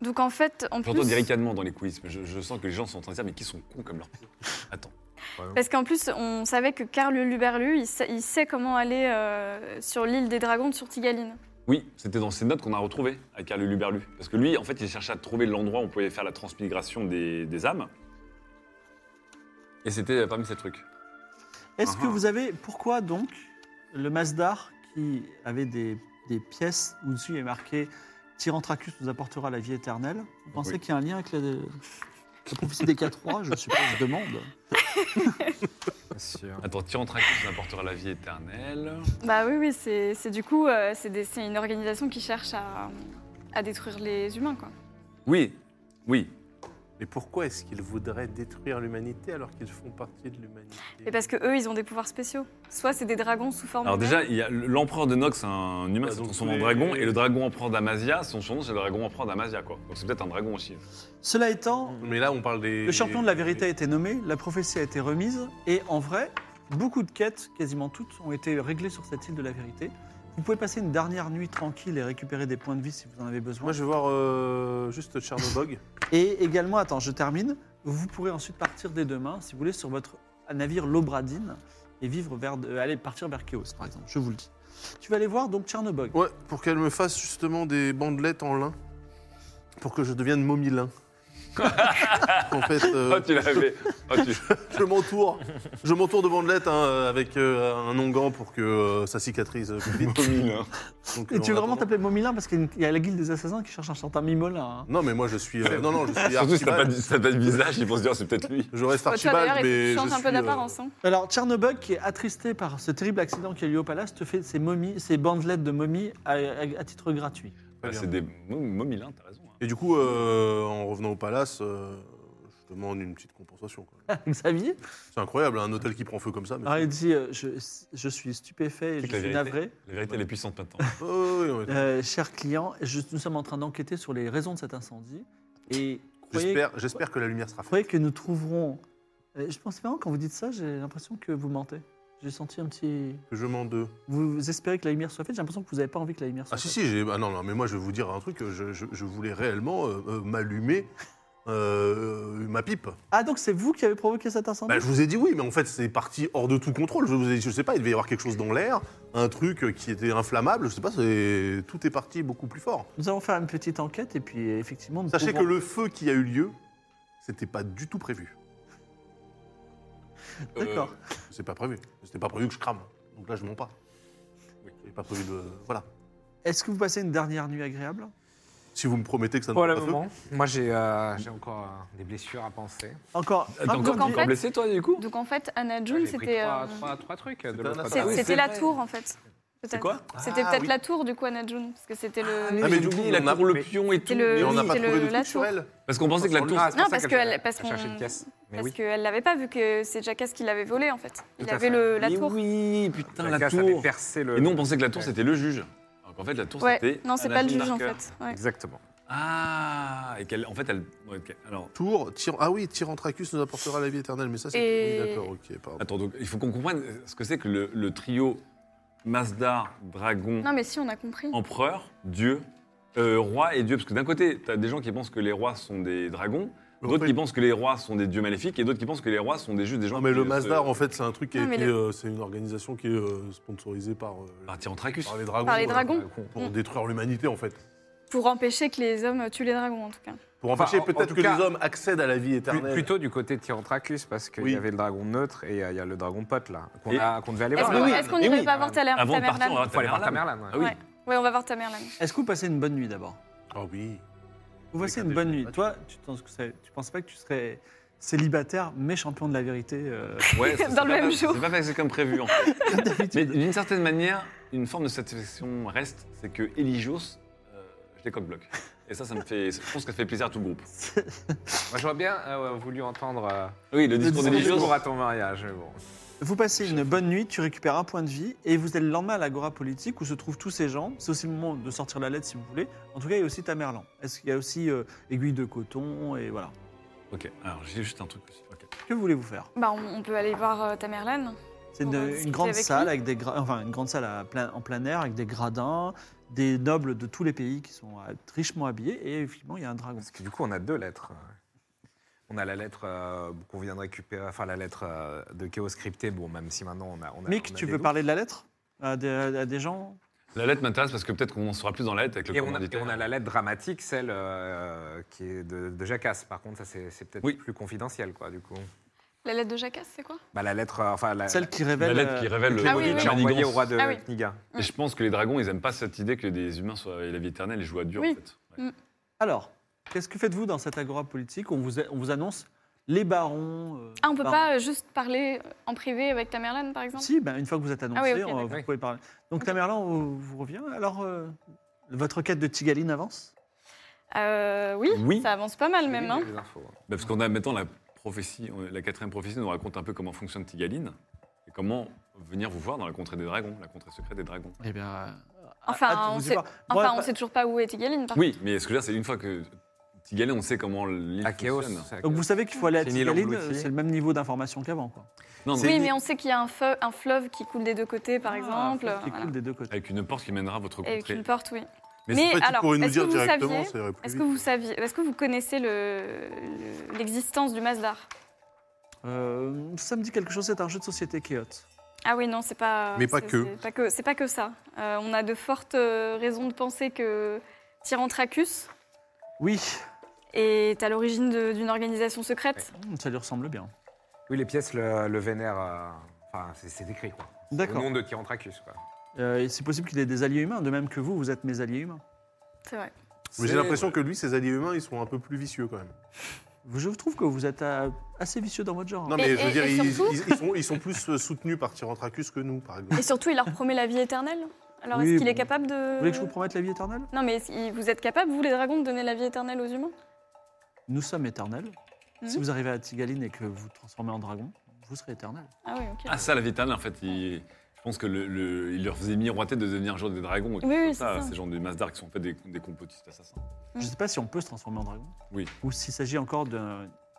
S5: donc en fait, en
S4: J'entends des
S5: plus,
S4: ricanements dans les quiz, mais je, je sens que les gens sont en train de dire mais qui sont cons comme leur pied. Attends.
S5: parce qu'en plus, on savait que Karl Luberlu, il sait, il sait comment aller euh, sur l'île des dragons sur Tigaline.
S4: Oui, c'était dans ces notes qu'on a retrouvé à Carl Luberlu. Parce que lui, en fait, il cherchait à trouver l'endroit où on pouvait faire la transmigration des, des âmes. Et c'était euh, parmi ces trucs.
S2: Est-ce que
S4: Ah.
S2: vous avez. Pourquoi donc le Masdar qui avait des, des pièces où dessus il est marqué Tyrantracus nous apportera la vie éternelle Vous pensez
S4: Oui.
S2: qu'il y a un lien avec la, la prophétie des quatre rois Je suppose, je demande.
S6: Bien sûr.
S4: Attends, Tyrantracus nous apportera la vie éternelle.
S5: Bah oui, oui, c'est c'est du coup, euh, c'est des- c'est une organisation qui cherche à, à détruire les humains, quoi.
S4: Oui, oui.
S3: Et Et pourquoi est-ce qu'ils voudraient détruire l'humanité alors qu'ils font partie de l'humanité
S5: Et parce que eux, ils ont des pouvoirs spéciaux. Soit c'est des dragons sous forme.
S4: Alors
S5: humaine.
S4: déjà, il y a l'empereur de Nox, un
S3: Ah,
S4: humain, qui se
S3: donc
S4: transforme
S3: tous
S4: en
S3: les-
S4: dragon, et le dragon empereur d'Amazia, son surnom c'est le dragon empereur d'Amazia, quoi. Donc c'est peut-être un dragon aussi.
S2: Cela étant,
S3: Mais là, on parle des.
S2: Le champion de la vérité a été nommé, la prophétie a été remise, et en vrai, beaucoup de quêtes, quasiment toutes, ont été réglées sur cette île de la vérité. Vous pouvez passer une dernière nuit tranquille et récupérer des points de vie si vous en avez besoin.
S3: Moi, je vais voir euh, juste Chernobog.
S2: Et également, attends, je termine, vous pourrez ensuite partir dès demain, si vous voulez, sur votre navire l'Obradine et vivre vers, euh, aller partir vers Chaos, par exemple, je vous le dis. Tu vas aller voir donc Chernobog.
S3: ouais, pour qu'elle me fasse justement des bandelettes en lin. Pour que je devienne momie lin. en fait, euh,
S4: Ah, tu l'avais. Ah, tu-
S3: je m'entoure. Je m'entoure de bandelettes hein, avec euh, un onguent pour que euh, ça cicatrise euh, plus
S4: hein.
S3: vite. Donc,
S2: Et
S3: en
S2: tu veux vraiment
S3: attendant-
S2: t'appeler Momilin parce qu'il y a une- il y a la guilde des assassins qui cherche un certain Mimolin. hein.
S3: Non, mais moi, je suis. euh, non, non, je suis
S4: Surtout si t'as pas,
S3: Archibald.
S4: de- si t'as pas de visage, ils vont se dire c'est peut-être lui.
S3: Je reste
S5: Bah, tu vois,
S3: Archibald,
S5: d'ailleurs,
S3: mais.
S5: il change
S3: je
S5: un peu
S3: suis, euh,
S5: d'apparence. hein.
S2: Alors, Tchernobog, qui est attristé par ce terrible accident qui a eu lieu au palace, te fait ses, momies, ses bandelettes de momies à, à- à titre gratuit.
S3: Très
S4: Bah,
S3: bien.
S4: c'est des mo- momilins, t'as raison. hein.
S3: Et du coup, euh, en revenant au palace, euh, je demande une petite compensation. quoi.
S2: Xavier
S3: C'est incroyable, un hôtel qui prend feu comme ça. Mais
S4: Ah
S2: Alors, il dit euh, je, je suis stupéfait et je
S4: C'est que la
S2: suis
S4: vérité.
S2: navré.
S4: La vérité, elle est puissante maintenant.
S3: Oh, oui, oui, oui.
S2: Euh, cher client, je- nous sommes en train d'enquêter sur les raisons de cet incendie. Et croyez,
S3: J'espère- J'espère que la lumière sera faite.
S2: croyez que nous trouverons. Euh, Je pense vraiment, quand vous dites ça, j'ai l'impression que vous mentez. J'ai senti un petit.
S3: Que je m'en deux.
S2: Vous, vous espérez que la lumière soit faite, j'ai l'impression que vous n'avez pas envie que la lumière soit
S3: Ah si
S2: faite.
S3: si, j'ai- ah, non, non, mais moi je vais vous dire un truc, je, je- je voulais réellement euh, euh, m'allumer euh, euh, ma pipe.
S2: Ah, donc c'est vous qui avez provoqué cet
S4: Ah
S2: incendie
S3: Bah, je vous ai dit oui, mais en fait c'est parti hors de tout contrôle. Je vous ai dit, je sais pas, il devait y avoir quelque chose dans l'air, un truc qui était inflammable, je sais pas, c'est- tout est parti beaucoup plus fort.
S2: Nous allons faire une petite enquête et puis euh, effectivement. nous
S3: Sachez que
S2: trouverons-
S3: le feu qui a eu lieu, c'était pas du tout prévu.
S4: Euh,
S2: D'accord.
S3: C'est pas prévu. C'était pas prévu que je crame. Donc là je mens pas. J'avais pas prévu de... Voilà.
S2: Est-ce que vous passez une dernière nuit agréable
S3: Si vous me promettez que ça ne
S6: Pour le
S3: prend pas feu,
S6: moment, moi j'ai euh, j'ai encore euh, des blessures à penser.
S2: Encore
S4: Euh, T'es encore,
S5: Donc, en
S4: t'es encore
S5: fait-
S4: blessé, toi, du coup
S5: Donc en fait, Anna
S3: Ah,
S6: J'ai
S5: June,
S6: pris
S5: c'était.
S6: trois,
S5: euh,
S6: trois- trois trucs de
S3: C'était
S6: l'autre
S3: un
S6: côté.
S5: c'est-
S3: Ah oui,
S5: C'était
S3: c'est
S5: la tour en fait. Peut-être.
S4: quoi
S5: C'était
S3: Ah,
S5: peut-être
S3: oui.
S5: la tour du coup, Anna June, parce que c'était le.
S3: Ah, mais
S4: mais
S3: du
S4: oublié
S3: coup,
S4: la
S3: on a-
S4: tour, le
S6: mais-
S4: pion et tout.
S5: Et le-
S3: mais on n'a
S5: oui,
S3: pas
S5: c'est
S3: trouvé
S5: le-
S3: de
S5: la
S3: truc sur
S5: tour.
S3: elle.
S4: Parce qu'on pensait que la tour.
S6: Ah, c'est pour
S5: Non,
S6: ça
S5: parce
S6: que
S5: que
S6: je-
S5: elle- parce
S6: je cherchais
S5: qu'on-
S6: une pièce. Mais
S5: Parce
S6: oui.
S5: qu'elle l'avait pas vu que c'est Jackass qui l'avait volé en fait. Il
S6: Tout à
S5: avait
S6: fait.
S5: le, la
S4: Mais
S5: tour.
S4: Oui, putain, la
S6: Jackass avait
S4: tour.
S6: percé le.
S4: Et nous, on pensait que la tour, c'était le juge. Alors qu'en fait, la tour,
S5: Ouais.
S4: c'était.
S5: Non, c'est
S4: Anna
S5: pas le
S4: Jean
S5: juge en
S4: Darker.
S5: fait. Ouais.
S6: Exactement.
S4: Ah Et qu'elle. En fait, elle. ouais, ok. Alors,
S3: Tour, Tyr- ah oui, Tyrantracus nous apportera la vie éternelle, mais ça c'est...
S5: Et-
S3: Oui, d'accord, ok, pardon.
S4: attends, donc il faut qu'on comprenne ce que c'est que le, le trio Mazda, Dragon,
S5: Non, mais si, on a compris.
S4: Empereur, Dieu, euh, Roi et Dieu. Parce que d'un côté, t'as des gens qui pensent que les rois sont des dragons, d'autres
S3: Après-
S4: qui pensent que les rois sont des dieux maléfiques, et d'autres qui pensent que les rois sont des juste des gens.
S6: Ah,
S3: Non mais
S4: qui,
S3: le
S4: euh,
S3: Masdar
S4: se-
S3: en fait c'est un truc qui a
S5: Non, mais
S3: été,
S5: le-
S3: euh, c'est une organisation qui est euh, sponsorisée par, euh,
S4: Par Tyrantracus.
S3: par les dragons.
S5: Par les
S3: voilà,
S5: dragons.
S3: Pour
S5: Mm.
S3: détruire l'humanité en fait.
S5: Pour empêcher que les hommes tuent les dragons en tout cas.
S4: Ah,
S3: Pour
S6: Enfin,
S3: empêcher
S6: en- en
S3: peut-être
S6: tout
S3: que
S6: cas-
S3: les hommes accèdent à la vie
S6: Plu-
S3: éternelle.
S6: Plutôt du côté de Tyrantracus, parce qu'il
S3: Oui.
S6: y avait le dragon neutre et euh, il y a le dragon pote là, qu'on
S4: Et-
S6: a- qu'on devait aller
S5: Est-ce
S6: voir. Ah
S5: qu'on
S4: oui,
S5: est-ce qu'on
S4: mais
S5: irait
S4: oui.
S5: pas voir ta, la-
S4: Avant
S5: ta
S4: de
S5: mère
S4: partir, hein. on
S5: là
S4: va
S6: Faut aller voir ta mère là.
S4: Ah oui.
S5: Ouais. Ouais, on va voir ta mère là.
S2: Est-ce que vous passez une bonne nuit d'abord
S3: Ah oui.
S2: Vous passez
S3: Avec un
S2: une bonne
S3: déjeuner
S2: nuit.
S3: gratuit.
S2: Toi, tu ne penses pas que tu serais célibataire, mais champion de la vérité euh,
S4: Ouais, ça, c'est
S5: Dans le
S4: pas-
S5: même jour.
S4: C'est pas passé comme prévu en fait. Mais d'une certaine manière, une forme de satisfaction reste, c'est que Eligios, euh, je les coque-bloque. Et ça, ça me fait. Je pense que ça fait plaisir à tout le groupe.
S6: Moi j'aurais bien euh, voulu entendre euh,
S4: Oui, le discours
S2: discours
S6: le
S4: d'Eligios.
S6: discours à ton mariage. mais bon.
S2: Vous passez une bonne nuit, tu récupères un point de vie et vous allez le lendemain à l'agora politique où se trouvent tous ces gens. C'est aussi le moment de sortir la lettre si vous voulez. En tout cas, il y a aussi Tamerlan. Est-ce qu'il y a aussi euh, aiguille de coton et voilà.
S4: Ok, alors j'ai juste un truc. Ok.
S2: Que voulez-vous faire
S5: Bah, on, on peut aller voir euh, ta mère là. non
S2: C'est
S5: On
S2: une,
S5: va
S2: une
S5: discuter
S2: grande
S5: avec
S2: salle
S5: lui.
S2: avec des gra- enfin une grande salle à plein- en plein air avec des gradins, des nobles de tous les pays qui sont euh, richement habillés et effectivement il y a un dragon.
S6: Parce que du coup, on a deux lettres. On a la lettre euh, qu'on vient de récupérer, enfin la lettre euh, de Chaos Crypté, bon, même si maintenant on a. On a
S2: Mick,
S6: on a
S2: tu
S6: des
S2: veux
S6: doutes.
S2: parler de la lettre à des, à des gens
S4: La lettre m'intéresse parce que peut-être qu'on en saura plus dans la lettre avec le
S6: et on, a,
S4: commanditaire.
S6: et on a la lettre dramatique, celle euh, qui est de, de Jacasse. Par contre, ça c'est c'est peut-être
S4: Oui.
S6: plus confidentiel, quoi, du coup.
S5: La lettre de Jackass, c'est quoi
S6: Bah, la lettre, euh, enfin la,
S2: Celle qui
S4: La
S2: révèle.
S4: lettre
S2: euh,
S4: qui révèle
S5: Ah oui,
S4: la
S5: oui,
S6: j'ai envoyée
S4: manigance.
S6: au roi de
S5: Ah oui.
S6: Kniga.
S4: Et je pense que les dragons, ils aiment pas cette idée que des humains soient la vie éternelle et jouent à dur,
S5: Oui.
S4: en fait. Ouais.
S2: Alors, qu'est-ce que faites-vous dans cette agora politique on vous, a- on vous annonce les barons. euh,
S5: Ah, on peut
S2: barons.
S5: pas euh, juste parler en privé avec ta mère là, par exemple
S2: Si, ben, une fois que vous êtes annoncé,
S5: Ah oui, ok,
S2: euh,
S5: d'accord.
S2: vous
S6: Oui.
S2: pouvez parler. Donc Tamerlan vous, vous revient. Alors, euh, votre quête de Tigaline avance
S5: Euh, oui,
S4: Oui.
S5: ça avance pas mal même. hein.
S6: Les infos, ouais.
S4: Bah, parce qu'on a maintenant la prophétie, on- la quatrième prophétie nous raconte un peu comment fonctionne Tigaline et comment venir vous voir dans la contrée des dragons, la contrée secrète des dragons.
S2: Eh bien. euh,
S5: Enfin,
S4: Ah,
S2: hâte de
S5: on
S2: vous y
S5: sait-
S2: voir. bah,
S5: Enfin,
S2: Moi,
S5: on sait toujours pas où est Tigaline. par
S4: bah Oui, mais ce que je veux dire, c'est une fois que Tigaline, on sait comment l'île
S6: À Chaos.
S4: fonctionne.
S6: c'est à
S2: Donc
S6: Chaos.
S2: vous savez qu'il faut aller à
S6: C'est une île
S2: Tigaline,
S6: engloutie.
S2: c'est le même niveau d'information qu'avant. quoi.
S4: Non,
S5: contre.
S4: mais
S5: Oui, mais on sait qu'il y a un, feu- un fleuve qui coule des deux côtés, par exemple.
S2: Ah, qui
S5: voilà.
S2: coule des deux côtés.
S4: avec une porte qui mènera à votre
S5: Et avec
S4: contrée.
S5: une porte, oui.
S4: Mais
S5: Mais
S3: En fait, ils
S5: alors,
S3: pourraient nous
S5: est-ce que
S3: dire
S5: vous
S3: directement,
S5: saviez
S3: ça irait plus
S5: Est-ce
S3: vite.
S5: que vous saviez, est-ce que vous connaissez le- le- l'existence du Masdar
S2: Euh, ça me dit quelque chose, c'est un jeu de société qui hôte.
S5: Ah oui, non, c'est pas.
S3: Mais pas
S5: c'est-
S3: que.
S5: C'est pas que, c'est pas que ça. Euh, on a de fortes euh, raisons de penser que Tyrantracus
S2: Oui,
S5: est à l'origine de- d'une organisation secrète.
S2: Hum, ça lui ressemble bien.
S6: Oui, les pièces le, le vénèrent. euh, Enfin, c'est- c'est décrit, quoi. Au
S2: D'accord.
S6: nom de Tyrantracus, quoi.
S2: Euh, et c'est possible qu'il ait des alliés humains, de même que vous, vous êtes mes alliés humains.
S5: C'est vrai.
S3: Mais j'ai
S4: C'est-
S6: Euh,
S3: l'impression que lui, ses alliés humains, ils sont un peu plus vicieux quand même.
S2: Vous- Je trouve que vous êtes euh, assez vicieux dans votre genre. hein.
S3: Non,
S5: Mais-
S3: mais je
S5: et-
S3: veux dire,
S5: et
S3: ils,
S5: surtout-
S3: ils- ils sont, ils sont plus euh, soutenus par Tyrantracus que nous, par exemple.
S5: Et surtout, il leur promet la vie éternelle. Alors,
S2: Oui,
S5: est-ce qu'il
S2: bon.
S5: est capable de.
S2: Vous voulez que je vous promette la vie éternelle
S5: Non, mais est-ce qu'il- vous êtes capable, vous les dragons, de donner la vie éternelle aux humains
S2: Nous sommes éternels. Si
S5: Mhm.
S2: vous arrivez à Tigaline et que vous vous transformez en dragon, vous serez éternel.
S5: Ah oui, ok.
S4: Ah, ça, la vitale, en fait, il- je pense que le, le- il leur faisait miroiter de devenir un jour des dragons. ou quelque
S5: Oui,
S4: chose
S5: oui,
S4: comme
S5: c'est ça.
S4: Ces gens des Masdar qui sont en fait des, des complotistes assassins.
S5: Hmm.
S2: Je ne sais pas si on peut se transformer en dragon.
S4: Oui.
S2: Ou s'il s'agit encore de,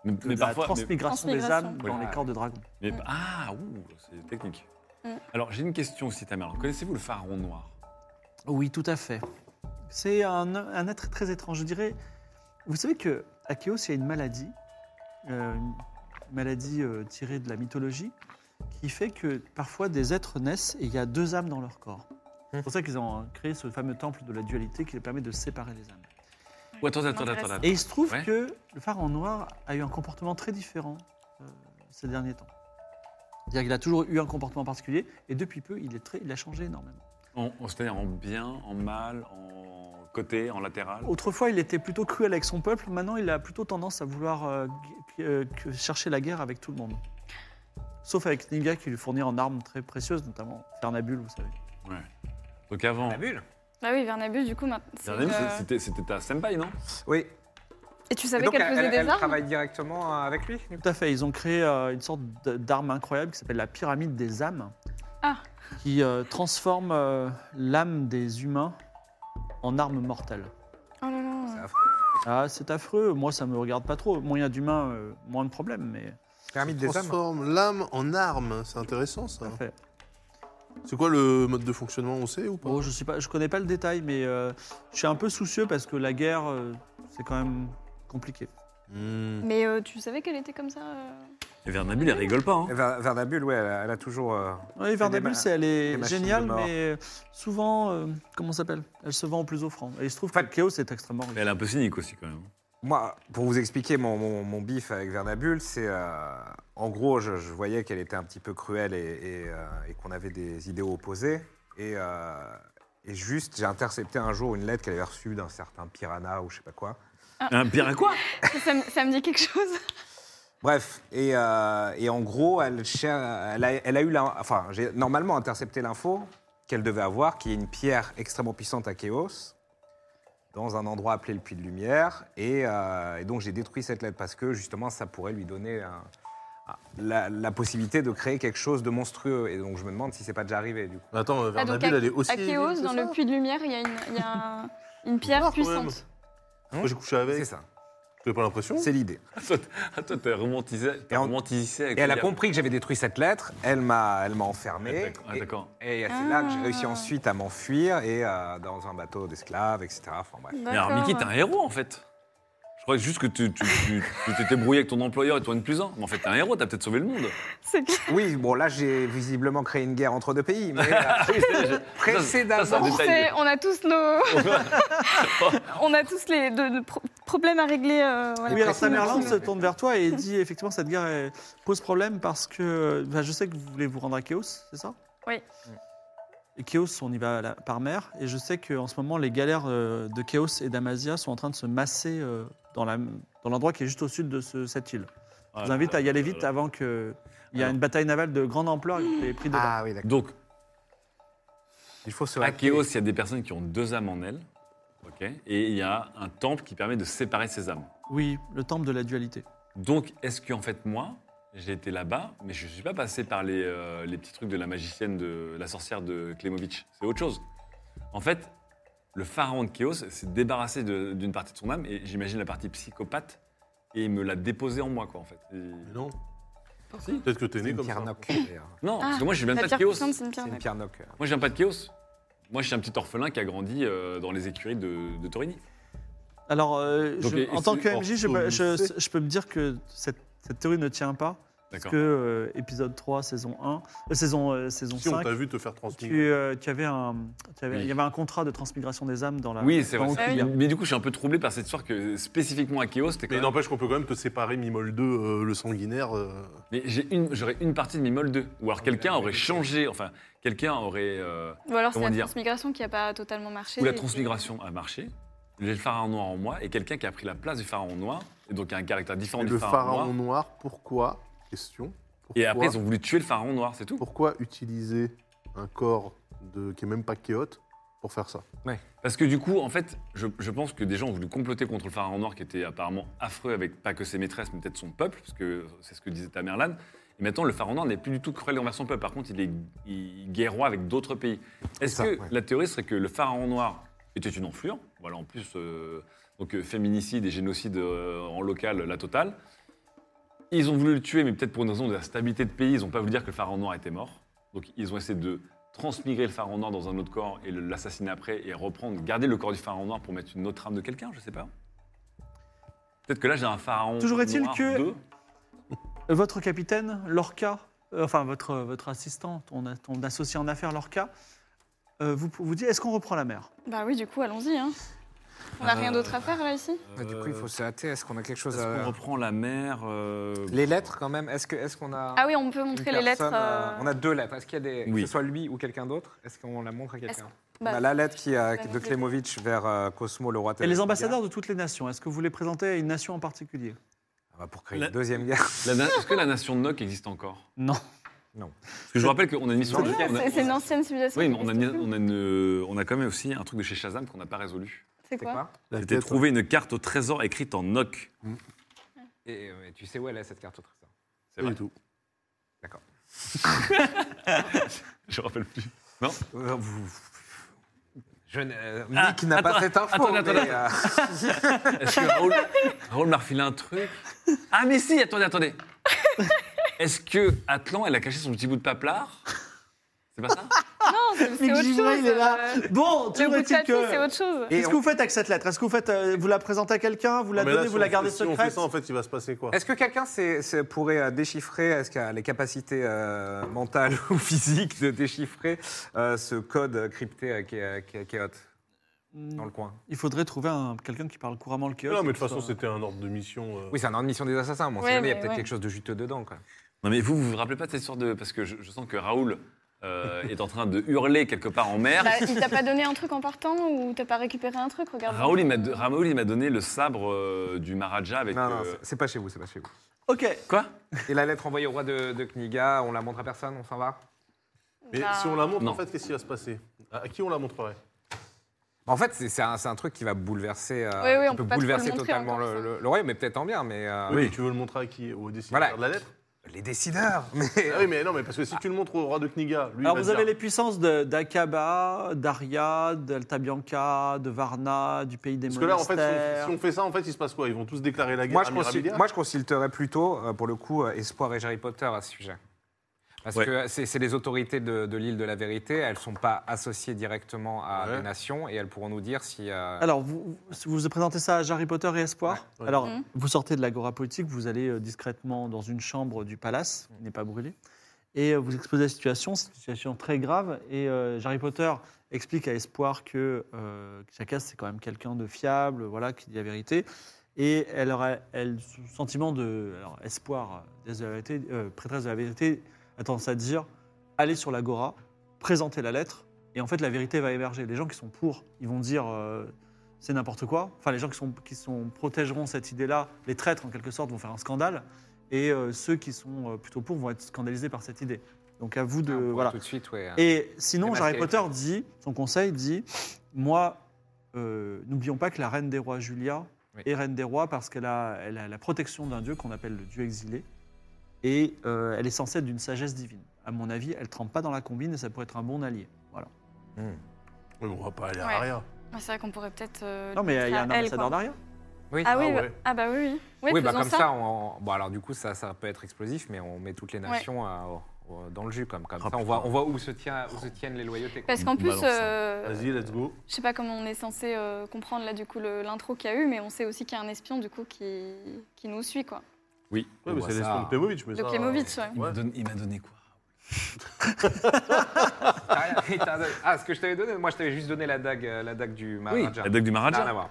S4: Mais,
S2: de
S4: mais
S2: la
S4: parfois. mais-
S2: transmigration des
S5: Transmigration.
S2: âmes dans
S6: Oui.
S2: les corps de dragon.
S4: mais-
S5: Mm.
S4: ah, ouh, c'est technique.
S5: Mm.
S4: Alors, j'ai une question aussi, Tamir. Alors, Connaissez-vous le pharaon noir
S2: Oui, tout à fait. C'est un, un être très étrange. Je dirais, vous savez que à Chaos, il y a une maladie, euh, une maladie euh, tirée de la mythologie, qui fait que parfois des êtres naissent et il y a deux âmes dans leur corps. C'est pour ça qu'ils ont euh, créé ce fameux temple de la dualité qui les permet de séparer les âmes.
S4: Ou attends, attends,
S5: m'intéresse.
S4: attends, attends.
S2: Et il se trouve
S4: Ouais.
S2: que le pharaon noir a eu un comportement très différent euh, ces derniers temps. C'est-à-dire qu'il a toujours eu un comportement particulier et depuis peu, il, est très, il a changé énormément.
S4: En- en- C'est-à-dire en bien, en mal, en côté, en latéral.
S2: Autrefois, il était plutôt cruel avec son peuple. Maintenant, il a plutôt tendance à vouloir euh, gu- euh, que- chercher la guerre avec tout le monde. Sauf avec Ninga qui lui fournit en armes très précieuses, notamment Fernabule, vous savez.
S4: Donc avant.
S2: Ah,
S6: La bulle
S5: Bah oui, Vernabus, du coup, maintenant. c'est
S4: Dernier,
S5: une,
S4: c'est-
S5: euh,
S4: c'était- C'était ta senpai, non
S6: Oui.
S5: Et tu
S6: Et
S5: savais
S6: donc,
S5: qu'elle
S6: elle,
S5: faisait
S6: elle-
S5: des
S6: elle
S5: armes
S6: travaille directement euh, avec lui
S2: Tout à fait, ils ont créé euh, une sorte d- d'arme incroyable qui s'appelle la pyramide des âmes,
S5: Ah.
S2: qui euh, transforme euh, l'âme des humains en arme mortelle.
S5: Oh là là.
S6: Ça-
S2: Ah, c'est affreux, moi ça me regarde pas trop. Moyen d'humain, euh, moins de problèmes, mais.
S6: Pyramide des âmes.
S3: Transforme l'âme en arme, c'est intéressant ça.
S2: Tout à fait.
S3: C'est quoi le mode de fonctionnement, on sait ou pas
S2: Bon, je sais pas, je connais pas le détail, mais euh, je suis un peu soucieux parce que la guerre, euh, c'est quand même compliqué.
S3: Hmm.
S4: Mm.
S5: Mais euh, tu savais qu'elle était comme ça euh
S4: Et Vernabule, elle rigole pas. hein.
S2: Ah,
S6: Ver- Vernabule, oui, elle, a- elle a toujours. euh,
S2: Oui, Verdabule,
S6: ma-
S2: c'est elle
S6: des
S2: est
S6: machines
S2: géniale,
S6: de mort.
S2: mais euh, souvent, euh, comment ça s'appelle Elle se vend au plus offrant. Et il se trouve
S6: Enfin-
S2: que Chaos est extrêmement riche.
S4: Mais Elle est un peu cynique aussi, quand même.
S6: Moi, pour vous expliquer mon, mon, mon bif avec Vernabule, c'est. euh, en gros, je, je voyais qu'elle était un petit peu cruelle et, et, euh, et qu'on avait des idéaux opposés. Et, euh, et juste, j'ai intercepté un jour une lettre qu'elle avait reçue d'un certain Piranha ou je sais pas quoi.
S5: Ah.
S4: Un pire à quoi
S5: ça, me- ça me dit quelque chose.
S6: Bref, et, euh, et en gros, elle, cher- elle, a, elle a eu la, enfin, j'ai normalement intercepté l'info qu'elle devait avoir, qui est une pierre extrêmement puissante à Chaos, dans un endroit appelé le Puits de Lumière, et, euh, et donc j'ai détruit cette lettre parce que justement, ça pourrait lui donner un- un- la, la possibilité de créer quelque chose de monstrueux, et donc je me demande si c'est pas déjà arrivé du coup.
S3: Attends, euh,
S5: Ah, donc,
S3: Vernabule,
S5: à-
S3: elle est aussi.
S5: À Chaos,
S3: c'est
S5: dans
S3: ça
S5: le puits de lumière, il y a une, il y a un- une
S3: bizarre,
S5: pierre
S3: quand même.
S5: puissante.
S3: Moi, j'ai couché avec.
S6: C'est ça,
S3: T'as pas l'impression
S6: c'est l'idée.
S4: Ah, Toi, t'es romantisé. t'as
S6: Et en-
S4: romantisé avec
S6: Et elle a
S4: lui.
S6: compris que j'avais détruit cette lettre, elle m'a, elle m'a enfermé.
S4: D'accord, ah,
S6: et-
S4: D'accord.
S6: Et c'est là que j'ai réussi
S5: Ah.
S6: ensuite à m'enfuir et euh, dans un bateau d'esclaves, etc. Enfin bref.
S4: Mais alors, Mickey, t'es un héros, en fait. Je crois juste que tu tu- tu- tu t'étais brouillé avec ton employeur et toi, une plus un. Mais en fait, t'es un héros, t'as peut-être sauvé le monde.
S5: C'est clair.
S6: Oui, bon là j'ai visiblement créé une guerre entre deux pays, mais euh,
S4: Ça, ça,
S6: précédemment.
S4: ça,
S5: On,
S4: Détail.
S5: sait, on a tous nos. on a tous les de, de pro- problèmes à régler. euh, voilà.
S2: Oui, alors
S6: Après,
S2: Tamerlan
S6: c'est-
S2: se tourne vers toi et dit effectivement cette guerre elle, pose problème parce que ben, je sais que vous voulez vous rendre à Chaos, c'est ça Mm.
S5: Oui.
S2: Et Chaos, on y va à la- par mer et je sais qu'en ce moment les galères euh, de Chaos et d'Amazia sont en train de se masser euh, dans la- dans l'endroit qui est juste au sud de ce- cette île.
S4: Ah,
S2: Je vous invite à y aller vite hein. avant que il y a
S4: Alors.
S2: une bataille navale de grande ampleur et que vous ayez pris de
S6: Ah oui, d'accord.
S4: Donc,
S6: Il faut se
S4: à
S6: hacker.
S4: Chaos, il y a des personnes qui ont deux âmes en elles. Ok. Et il y a un temple qui permet de séparer ces âmes.
S2: Oui, le temple de la dualité.
S4: Donc, est-ce qu'en fait, moi, j'ai été là-bas, mais je ne suis pas passé par les, euh, les petits trucs de la magicienne, de la sorcière de Klemovitch C'est autre chose. En fait, le pharaon de Chaos s'est débarrassé de- d'une partie de son âme, et j'imagine la partie psychopathe, et il me l'a déposée en moi, quoi, en fait. Et-
S3: Mais Non.
S5: Pourquoi
S3: Si, Peut-être que t'es né
S6: une
S3: comme
S6: pierre
S3: ça.
S6: knock, d'ailleurs.
S4: Non, parce
S5: Ah,
S4: que moi, je ne viens
S5: La
S4: pas de
S5: pierre
S4: Chaos.
S5: puissante, c'est une pierre.
S6: C'est une
S5: ouais.
S6: pierre knock.
S4: Moi, je viens pas de Chaos. Moi, je suis un petit orphelin qui a grandi euh, dans les écuries de, de Torini.
S2: Alors, euh,
S4: Donc,
S2: je-
S4: et-
S2: en
S4: et
S2: tant
S4: c'est
S2: que MJ, je, peux- je-
S3: orthophonisé.
S2: je peux me dire que cette, cette théorie ne tient pas. Parce
S4: D'accord.
S2: que euh, épisode 3, saison 1, euh, saison, euh, saison
S3: Si on
S2: 5,
S3: t'a vu te faire transmettre.
S2: tu, euh, tu avais un, tu avais-
S4: Oui.
S2: il y avait un contrat de transmigration des âmes dans la.
S4: Ah, Oui, c'est
S2: dans
S4: vrai.
S2: Outrilla.
S4: c'est- Mais du coup, je suis un peu troublé par cette histoire que spécifiquement à Chaos, t'es quand
S3: Ah Mais
S4: même-
S3: n'empêche qu'on peut quand même te séparer Mimol 2, euh, le sanguinaire. euh,
S4: Mais j'ai une- j'aurais une partie de Mimol 2. Ou
S3: Ah,
S4: alors quelqu'un aurait changé, enfin, quelqu'un aurait. euh,
S5: Ou alors c'est
S4: Comment
S5: la
S4: dire
S5: transmigration qui n'a pas totalement marché.
S4: ou la
S5: et qui-
S4: transmigration a marché. J'ai le pharaon noir en moi et quelqu'un qui a pris la place du pharaon noir, et donc qui a un caractère différent
S3: Et
S4: du
S3: le
S4: pharaon,
S3: pharaon
S4: noir.
S3: noir, pourquoi Question. Pourquoi,
S4: Et après, ils ont voulu tuer le pharaon noir, c'est tout.
S3: pourquoi utiliser un corps de, qui est même pas Kéote pour faire ça
S4: Parce que du coup, en fait, je, je pense que des gens ont voulu comploter contre le pharaon noir qui était apparemment affreux avec pas que ses maîtresses, mais peut-être son peuple, parce que c'est ce que disait Tamerlan. Et maintenant, le pharaon noir n'est plus du tout cruel envers son peuple. Par contre, il est il guerroie avec d'autres pays. Est-ce
S6: ça,
S4: que
S6: ouais.
S4: la théorie serait que le pharaon noir était une enflure Voilà, en plus, euh, donc euh, féminicide et génocide euh, en local, la totale. Ils ont voulu le tuer, mais peut-être pour une raison de la stabilité de pays, ils n'ont pas voulu dire que le pharaon noir était mort. Donc ils ont essayé de transmigrer le pharaon noir dans un autre corps et le- l'assassiner après et reprendre, garder le corps du pharaon noir pour mettre une autre âme de quelqu'un, je sais pas. Peut-être que là j'ai un pharaon.
S2: Toujours est-il
S4: noir
S2: que-
S4: deux.
S2: Euh, Votre capitaine, Lorca, euh, enfin votre, votre assistant, ton, ton associé en affaires, Lorca, euh, vous, vous dit est-ce qu'on reprend la mer
S5: Bah oui, du coup, allons-y. hein. On
S4: Euh,
S5: n'a rien d'autre à faire là ici
S4: ah.
S6: Mais du coup, il faut se hâter. Est-ce qu'on a quelque chose
S4: Est-ce qu'on
S6: à.
S4: reprend la mer euh,
S6: Les lettres, quand même. Est-ce que- est-ce qu'on a.
S5: Ah oui, on peut montrer
S6: une
S5: les lettres.
S6: personne, euh,
S5: euh,
S6: On a deux lettres. Est-ce qu'il y a des.
S4: Oui.
S6: Que ce soit lui ou quelqu'un d'autre, est-ce qu'on la montre à quelqu'un On
S5: bah,
S6: a la lettre qui, a-
S5: bah,
S6: de Klemovic vers euh, Cosmo, le
S2: Et
S6: roi
S2: les
S6: Telemaga.
S2: ambassadeurs de toutes les nations, est-ce que vous les présentez à une nation en particulier
S6: Ah bah, Pour créer
S4: La-
S6: une deuxième guerre.
S4: la na- Est-ce que la nation de Nock existe encore
S2: Non.
S4: Parce que je vous rappelle qu'on a une mission.
S5: c'est bien,
S4: on a-
S5: c'est- C'est une ancienne civilisation.
S4: Oui,
S5: qui
S4: mais on a,
S5: n'existe
S4: mis-
S5: plus.
S4: on a une- euh, on a quand même aussi un truc de chez Shazam qu'on n'a pas résolu.
S5: C'est
S6: C'est
S5: quoi
S6: quoi
S3: La
S4: C'était
S3: quête-
S4: trouver une carte au trésor écrite en Nock.
S6: Et euh, tu sais où elle est, cette carte au trésor
S4: C'est
S3: Pas
S4: vrai.
S3: du tout.
S6: D'accord.
S4: Je me rappelle plus.
S6: Euh, vous- Je n'ai- euh,
S4: Ah,
S6: Nick n'a pas
S4: attends,
S6: cette info.
S4: attends, attends,
S6: mais, euh,
S4: Est-ce que Raoul, Raoul m'a refilé un truc Ah, mais si, attendez, attendez. Est-ce que Atlan, elle a caché son petit bout de paplard C'est pas ça
S5: Non, c'est c'est autre chose. euh,
S2: Bon,
S5: Le
S2: toujours
S5: bout de
S2: est-il
S5: papier, c'est
S2: que.
S5: autre chose.
S6: Et
S2: Qu'est-ce
S6: on-
S2: que vous faites avec cette lettre Est-ce que vous faites, euh, vous la présentez à quelqu'un, vous la
S3: Non, mais
S2: donnez,
S3: là, si
S2: vous
S3: on
S2: la
S3: fait-
S2: gardez
S3: si on fait
S2: secrète
S3: ça, en fait, il va se passer quoi
S6: Est-ce que quelqu'un sait- sait- pourrait euh, déchiffrer, est-ce qu'il a les capacités euh, mentales ou physiques de déchiffrer euh, ce code crypté euh, qui est, qui est- qui est hot
S2: Hmm.
S6: dans le coin
S2: Il faudrait trouver un- quelqu'un qui parle couramment le chaos.
S3: Non, mais de
S2: qui
S3: toute façon,
S2: soit-
S3: c'était un ordre de mission. euh,
S6: Oui, c'est un ordre de mission des assassins, mais on sait
S5: Ouais,
S6: jamais, il y a
S5: mais
S6: peut-être
S5: ouais.
S6: quelque chose de juteux dedans. Quoi.
S4: Non, mais vous, vous vous rappelez pas de cette histoire de. Parce que je, je sens que Raoul euh, est en train de hurler quelque part en mer.
S5: Bah, il t'a pas donné un truc en partant ou t'as pas récupéré un truc Regarde.
S4: Raoul, il m'a do- Raoul, il m'a donné le sabre euh, du Maharaja avec.
S6: Non, non,
S4: euh,
S6: c'est- c'est pas chez vous, c'est pas chez vous.
S2: Ok,
S4: Quoi
S6: Et la lettre envoyée au roi de, de Kniga, on la montre à personne, on s'en va
S3: Mais
S5: Bah,
S3: si on la montre,
S4: Non.
S3: en fait, qu'est-ce qui va se passer à, à qui on la montrerait
S6: Bah, En fait, c'est c'est un, c'est un truc qui va bouleverser, euh,
S5: Oui, oui,
S6: qui
S5: on peut pas trop
S6: bouleverser
S5: le montrer
S6: totalement
S5: encore,
S6: le,
S5: ça.
S6: le- le royaume, mais peut-être en bien, mais euh,
S3: Oui. mais Tu veux le montrer à qui Au dessinateur
S6: Voilà.
S3: de la lettre
S6: les décideurs. Mais
S3: Ah Oui, mais non, mais parce que si tu le montres au roi de Kniga, lui.
S2: Alors
S3: il va
S2: vous avez
S3: dire-
S2: les puissances de- d'Akaba, d'Aria, d'Alta Bianca, de Varna, du pays des
S3: Parce que là, en
S2: monastères.
S3: fait, si on, si on fait ça, en fait, il se passe quoi Ils vont tous déclarer la guerre
S6: Moi
S3: à
S6: je, consil-
S3: Mirabilia
S6: moi, je consulterais plutôt, euh, pour le coup, euh, Espoir et Harry Potter à ce sujet. Parce
S4: Ouais.
S6: que c'est c'est les autorités de, de l'île de la vérité, elles ne sont pas associées directement à
S3: Ouais.
S6: la nation et elles pourront nous dire si. euh,
S2: Alors, vous, vous vous présentez ça à Harry Potter et Espoir.
S3: Ouais, ouais.
S2: Alors,
S5: Mhm.
S2: vous sortez de l'agora politique, vous allez euh, discrètement dans une chambre du palace, qui n'est pas brûlée, et euh, vous exposez la situation, c'est une situation très grave, et euh, Harry Potter explique à Espoir que euh, que Jacques, c'est quand même quelqu'un de fiable, voilà, qui dit la vérité, et elle aura elle, son sentiment de... Alors, Espoir, euh, déesse de la vérité, euh, prêtresse de la vérité, a tendance à dire, allez sur l'agora, présentez la lettre, et en fait, la vérité va émerger. Les gens qui sont pour, ils vont dire... euh, c'est n'importe quoi. Enfin, les gens qui, sont, qui sont, protégeront cette idée-là, les traîtres en quelque sorte, vont faire un scandale. Et euh, ceux qui sont euh, plutôt pour vont être scandalisés par cette idée. Donc à vous
S7: Ah,
S2: de...
S6: on pourra
S2: voilà.
S4: Ah.
S6: Tout de suite, ouais.
S2: Et sinon,
S6: Les
S2: Harry
S6: masques
S2: Potter dit, son conseil dit, moi, euh, n'oublions pas que la reine des rois Julia
S7: Oui.
S2: est reine des rois parce qu'elle a, elle a la protection d'un dieu qu'on appelle le dieu exilé. Et euh, elle est censée être d'une sagesse divine. À mon avis, elle trempe pas dans la combine et ça pourrait être un bon allié. Voilà.
S7: Hmm.
S3: Mais on va pas aller à
S5: Ouais.
S3: Aria.
S5: Ah, c'est vrai qu'on pourrait peut-être. euh,
S2: Non, mais il y
S5: la-
S2: a un
S5: elle,
S2: ambassadeur
S5: quoi.
S2: d'Aria.
S7: Oui.
S5: Ah oui,
S3: Ah
S5: bah-
S3: ouais.
S5: ah bah oui, oui. Ouais,
S7: oui, bah,
S5: faisons
S7: comme ça, on, bon, alors du coup, ça, ça peut être explosif, mais on met toutes les nations à- au- au- dans le jus, comme, comme
S3: Ah,
S7: ça. On voit,
S3: putain.
S7: on voit où, se tient, où se tiennent les loyautés. quoi.
S5: Parce qu'en
S3: On
S5: plus,
S3: balance ça.
S5: euh,
S3: Vas-y, let's go.
S5: je sais pas comment on est censé euh, comprendre là du coup le- l'intro qu'il y a eu, mais on sait aussi qu'il y a un espion du coup qui, qui nous suit quoi.
S4: Oui.
S3: Ouais,
S7: On
S3: mais euh,
S7: voit
S3: c'est
S7: ça.
S3: l'espion de Pemovic.
S5: De Klemovic, ouais.
S4: Il m'a donné, il m'a donné quoi
S7: Ah, rien, il t'a donné- ah, ce que je t'avais donné, moi je t'avais juste donné la dague, euh, la dague du
S4: Oui,
S7: Maharaja.
S4: la dague du Maharaja.
S7: Rien à voir.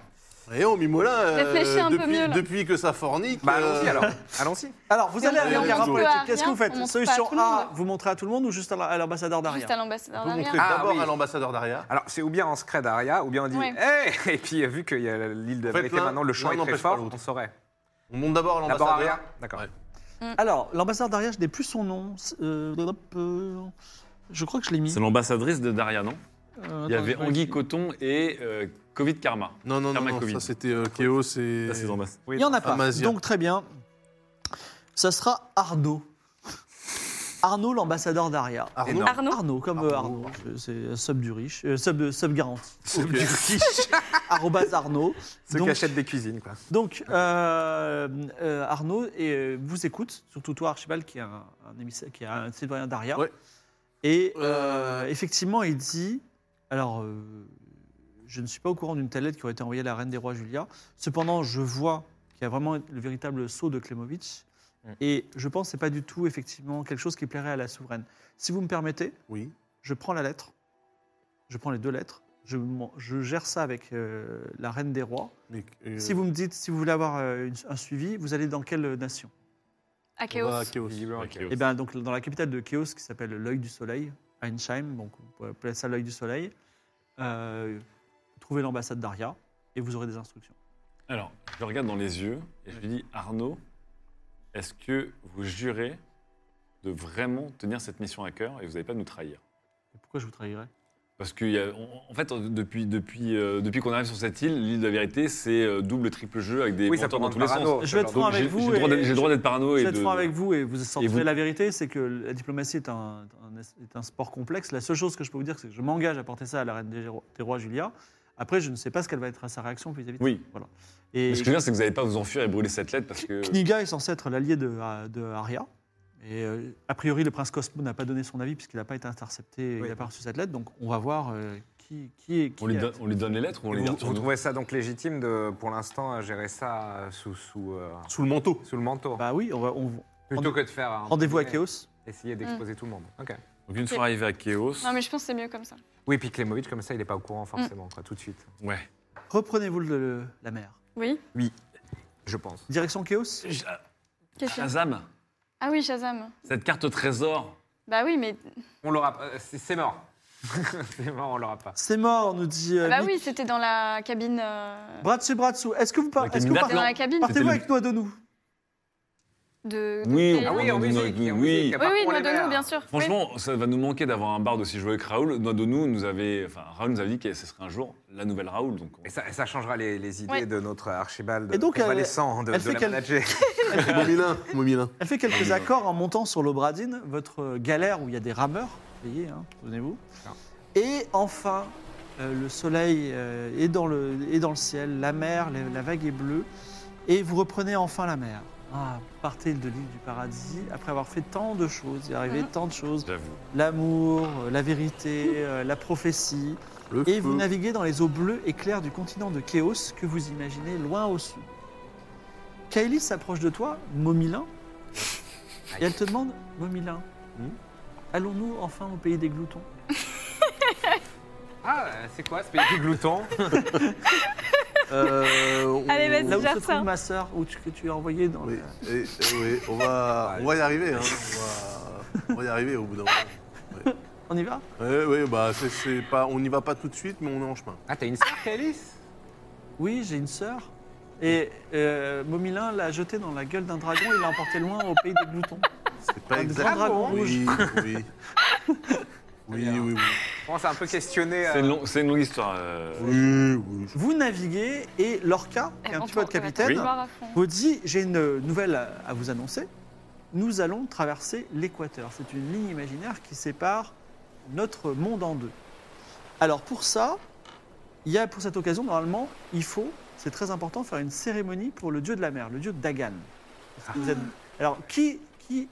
S3: Et on Mimola, euh,
S5: Réfléchis un peu
S3: depuis,
S5: mieux, là.
S3: depuis que ça fornique.
S7: Bah,
S3: euh,
S7: allons-y alors. Allons-y.
S2: Alors, vous
S5: Et
S2: allez
S5: on-
S2: aller
S3: et on
S2: en
S3: montre
S2: politique.
S3: pas
S5: à
S2: Qu'est-ce
S5: rien,
S2: que vous faites
S5: on montre
S2: Solution
S5: pas à tout le
S2: A,
S5: monde.
S2: vous montrez à tout le monde ou juste à la- à l'ambassadeur d'Aria
S5: Juste à l'ambassadeur
S3: On peut
S5: d'Aria.
S3: montrer
S7: Ah,
S3: d'abord
S7: oui.
S3: à l'ambassadeur d'Aria.
S7: Alors, c'est ou bien en secret d'Aria, ou bien on dit
S5: Ouais.
S7: Hey Et puis, euh, vu qu'il y a l'île de
S3: En fait,
S7: Vérité
S3: l'un-
S7: maintenant, le champ
S3: l'un
S7: est très
S3: n'empêche pas
S7: fort,
S3: l'autre.
S7: on saurait.
S3: On monte d'abord à
S7: D'abord
S3: l'ambassadeur
S7: Aria D'accord.
S3: Ouais.
S2: Alors, l'ambassadeur d'Aria, je n'ai plus son nom. C'est, euh, hop, euh, je crois que je l'ai mis.
S4: C'est l'ambassadrice de Daria, non
S2: Euh,
S4: Il y
S2: attends,
S4: avait
S2: je vais
S4: Anguille
S2: essayer.
S4: Coton et euh, Covid Karma.
S3: Non, non, non,
S4: Karma
S3: non,
S4: Covid.
S3: ça c'était euh, Chaos et.
S4: Ça, c'est l'ambass-
S2: Il n'y en a pas.
S3: Amazia.
S2: Donc très bien. Ça sera Arnaud. Arnaud, l'ambassadeur d'Aria.
S3: Arnaud. Ah.
S7: Énorme.
S5: Ah, Arnaud.
S2: Arnaud, comme euh, Arnaud. Euh, C'est sub du riche. euh, sub, euh, sub garanti.
S3: Ok.
S2: Arrobase Arnaud.
S7: Ceux
S2: Donc-
S7: qui achètent des cuisines, quoi.
S2: Donc, euh, euh, Arnaud et, euh, vous écoute, surtout toi, Archibald, qui est un, un émissaire- qui est un citoyen d'Aria.
S3: Ouais.
S2: Et
S3: Euh,
S2: euh, effectivement, il dit Alors, euh, je ne suis pas au courant d'une telle lettre qui aurait été envoyée à la reine des rois Julia. Cependant, je vois qu'il y a vraiment le véritable sceau de Klemovic.
S7: Mm.
S2: Et je pense que ce n'est pas du tout, effectivement, quelque chose qui plairait à la souveraine. Si vous me permettez,
S3: Oui.
S2: je prends la lettre, je prends les deux lettres, je, m'en- je gère ça avec euh, la reine des rois.
S3: Mais, euh,
S2: Si vous me dites, si vous voulez avoir euh, une- un suivi, vous allez dans quelle nation
S5: À
S3: on
S5: Chaos.
S3: va à Chaos.
S7: Visiblement,
S4: Ouais,
S7: ok.
S4: Chaos.
S2: Eh bien, donc dans la capitale de Chaos qui s'appelle l'œil du soleil, Einsheim, donc on peut appeler ça l'œil du soleil, euh, trouvez l'ambassade d'Aria et vous aurez des instructions.
S4: Alors, je le regarde dans les yeux et je lui dis Arnaud, est-ce que vous jurez de vraiment tenir cette mission à cœur et vous n'allez pas nous trahir
S2: Et pourquoi je vous trahirais
S4: Parce que, y a- on- en fait, depuis, depuis, euh, depuis qu'on arrive sur cette île, l'île de la vérité, c'est euh, double, triple jeu avec des
S7: Oui, ça
S4: menteurs
S7: peut
S4: dans
S7: rendre
S4: tous les sens.
S7: parano. ce
S2: Je vais
S7: genre
S2: être
S7: de-
S2: franc
S4: Donc, j'ai-
S2: avec
S4: j'ai
S2: vous.
S4: le droit
S2: et-
S4: d'être- J'ai le droit d'être parano
S2: je
S4: et
S2: vais
S4: de.
S2: être franc avec vous et vous sortirez
S4: vous-
S2: la vérité, c'est que la diplomatie est un, un- est un sport complexe. La seule chose que je peux vous dire, c'est que je m'engage à porter ça à la reine des, Ro- des rois Julia. Après, je ne sais pas ce qu'elle va être à sa réaction vis-à-vis de
S4: Oui.
S2: Voilà.
S4: Mais
S2: Et
S4: ce que je veux dire, c'est que vous n'allez pas vous enfuir et brûler cette lettre parce que.
S2: Kniga est censé être l'allié de, euh, de Arya. Et euh, a priori, le prince Cosmo n'a pas donné son avis puisqu'il n'a pas été intercepté,
S7: Oui.
S2: il n'a pas reçu cette lettre. Donc on va voir euh, qui, qui est. Qui
S4: On lui,
S2: a-
S4: donne, on lui donne les lettres ou on les
S7: Vous,
S4: garde
S7: vous
S4: sur nous
S7: trouvez ça donc légitime de, pour l'instant, gérer ça euh, sous, sous, euh,
S3: Sous le manteau.
S7: sous le manteau
S2: Bah oui, on va. on-
S7: Plutôt que de faire. un-
S2: Rendez-vous à Chaos.
S7: Essayer d'exposer
S5: Mm.
S7: tout le monde. Ok.
S4: Donc, une fois arrivé à Chaos.
S5: Non mais je pense que c'est mieux comme ça.
S7: Oui, puis Klemovic, comme ça, il n'est pas au courant
S5: Mm.
S7: forcément, quoi, tout de suite.
S4: Ouais.
S2: Reprenez-vous le- le- la mer.
S5: Oui.
S7: Je pense.
S2: Direction Chaos
S5: Qu'est-ce qu'il y a
S4: Shazam,
S5: Ah oui, Shazam.
S4: cette carte trésor.
S5: Bah oui, mais
S7: On l'aura. euh, c'est c'est mort. c'est mort, on l'aura pas.
S2: C'est mort, nous dit. euh,
S5: bah
S2: Mick.
S5: oui, c'était dans la cabine. euh,
S2: Bras dessus, bras dessous. Est-ce que vous, par-
S4: La
S2: est-ce que vous
S4: cabine
S5: Dans la
S2: partez,
S4: d'Atlan.
S5: cabine
S4: Par-
S2: partez
S4: C'était
S2: avec
S4: le-
S2: nous à nous
S5: de.
S4: Oui,
S5: de-
S7: Ah oui, en
S4: Oui,
S7: musique.
S4: oui,
S7: en
S4: oui.
S7: musique,
S5: Oui,
S7: par
S5: oui,
S7: contre,
S5: Noix
S7: les
S5: de nous,
S7: verts.
S5: bien sûr. oui.
S4: Franchement, ça va nous manquer d'avoir un bard aussi joué avec Raoul. Noix de nous, nous avait, enfin, Raoul nous avait dit que ce serait un jour la nouvelle Raoul. Donc, on-
S7: Et ça, et ça changera les, les idées
S5: Ouais.
S7: de notre Archibald
S2: Et donc, elle-
S7: convalescent de,
S2: elle
S7: de
S2: fait
S7: la
S2: quel-
S7: manager.
S3: Momilin. Momilin.
S2: Elle fait quelques accords en montant sur l'Obradine, votre galère où il y a des rameurs, voyez, hein, souvenez-vous. Et enfin, euh, le soleil euh, est, dans le, est dans le ciel, la mer, la, la vague est bleue, et vous reprenez enfin la mer. Ah, vous partez de l'île du paradis, après avoir fait tant de choses, il est arrivé
S5: Mhm.
S2: tant de choses,
S4: j'avoue.
S2: l'amour, euh, la vérité, euh, la prophétie,
S3: Le
S2: et
S3: feu.
S2: vous naviguez dans les eaux bleues et claires du continent de Chaos que vous imaginez loin au sud. Kaelis s'approche de toi, Momilin, et elle te demande Momilin,
S3: Hmm
S2: allons-nous enfin au pays des gloutons
S7: Ah, euh, c'est quoi ce pays du glouton
S3: Euh, on-
S5: Allez, vas-y.
S2: Là où
S5: Déjà
S2: se
S5: ça.
S2: trouve ma sœur, où tu, que tu as envoyée dans
S3: Oui,
S2: le.
S3: et- et oui, on, va, on va y arriver. hein. On, va, on va y arriver au bout d'un moment.
S2: On y va
S3: Oui, oui, bah, c'est- c'est pas, on n'y va pas tout de suite, mais on est en chemin.
S7: Ah, t'as une sœur, Alice
S2: Oui, j'ai une sœur. Et euh, Momilin l'a jetée dans la gueule d'un dragon et l'a emportée loin au pays des gloutons.
S7: Ah,
S3: C'est pas
S2: Un
S3: exact.
S2: grand dragon
S3: Oui, oui. Oui, oui, oui.
S6: commence à un peu questionner.
S4: C'est
S6: euh,
S4: une, long- c'est une longue histoire. euh,
S3: Oui, oui.
S2: Vous naviguez et Lorca, qui
S5: Eh, Euh,
S2: est un petit peu votre capitaine,
S5: voir à fond.
S2: vous dit J'ai une nouvelle à- à vous annoncer. Nous allons traverser l'équateur. C'est une ligne imaginaire qui sépare notre monde en deux. Alors, pour ça, il y a pour cette occasion, normalement, il faut, c'est très important, faire une cérémonie pour le dieu de la mer, le dieu Dagan. Vous êtes- Alors, qui, qui,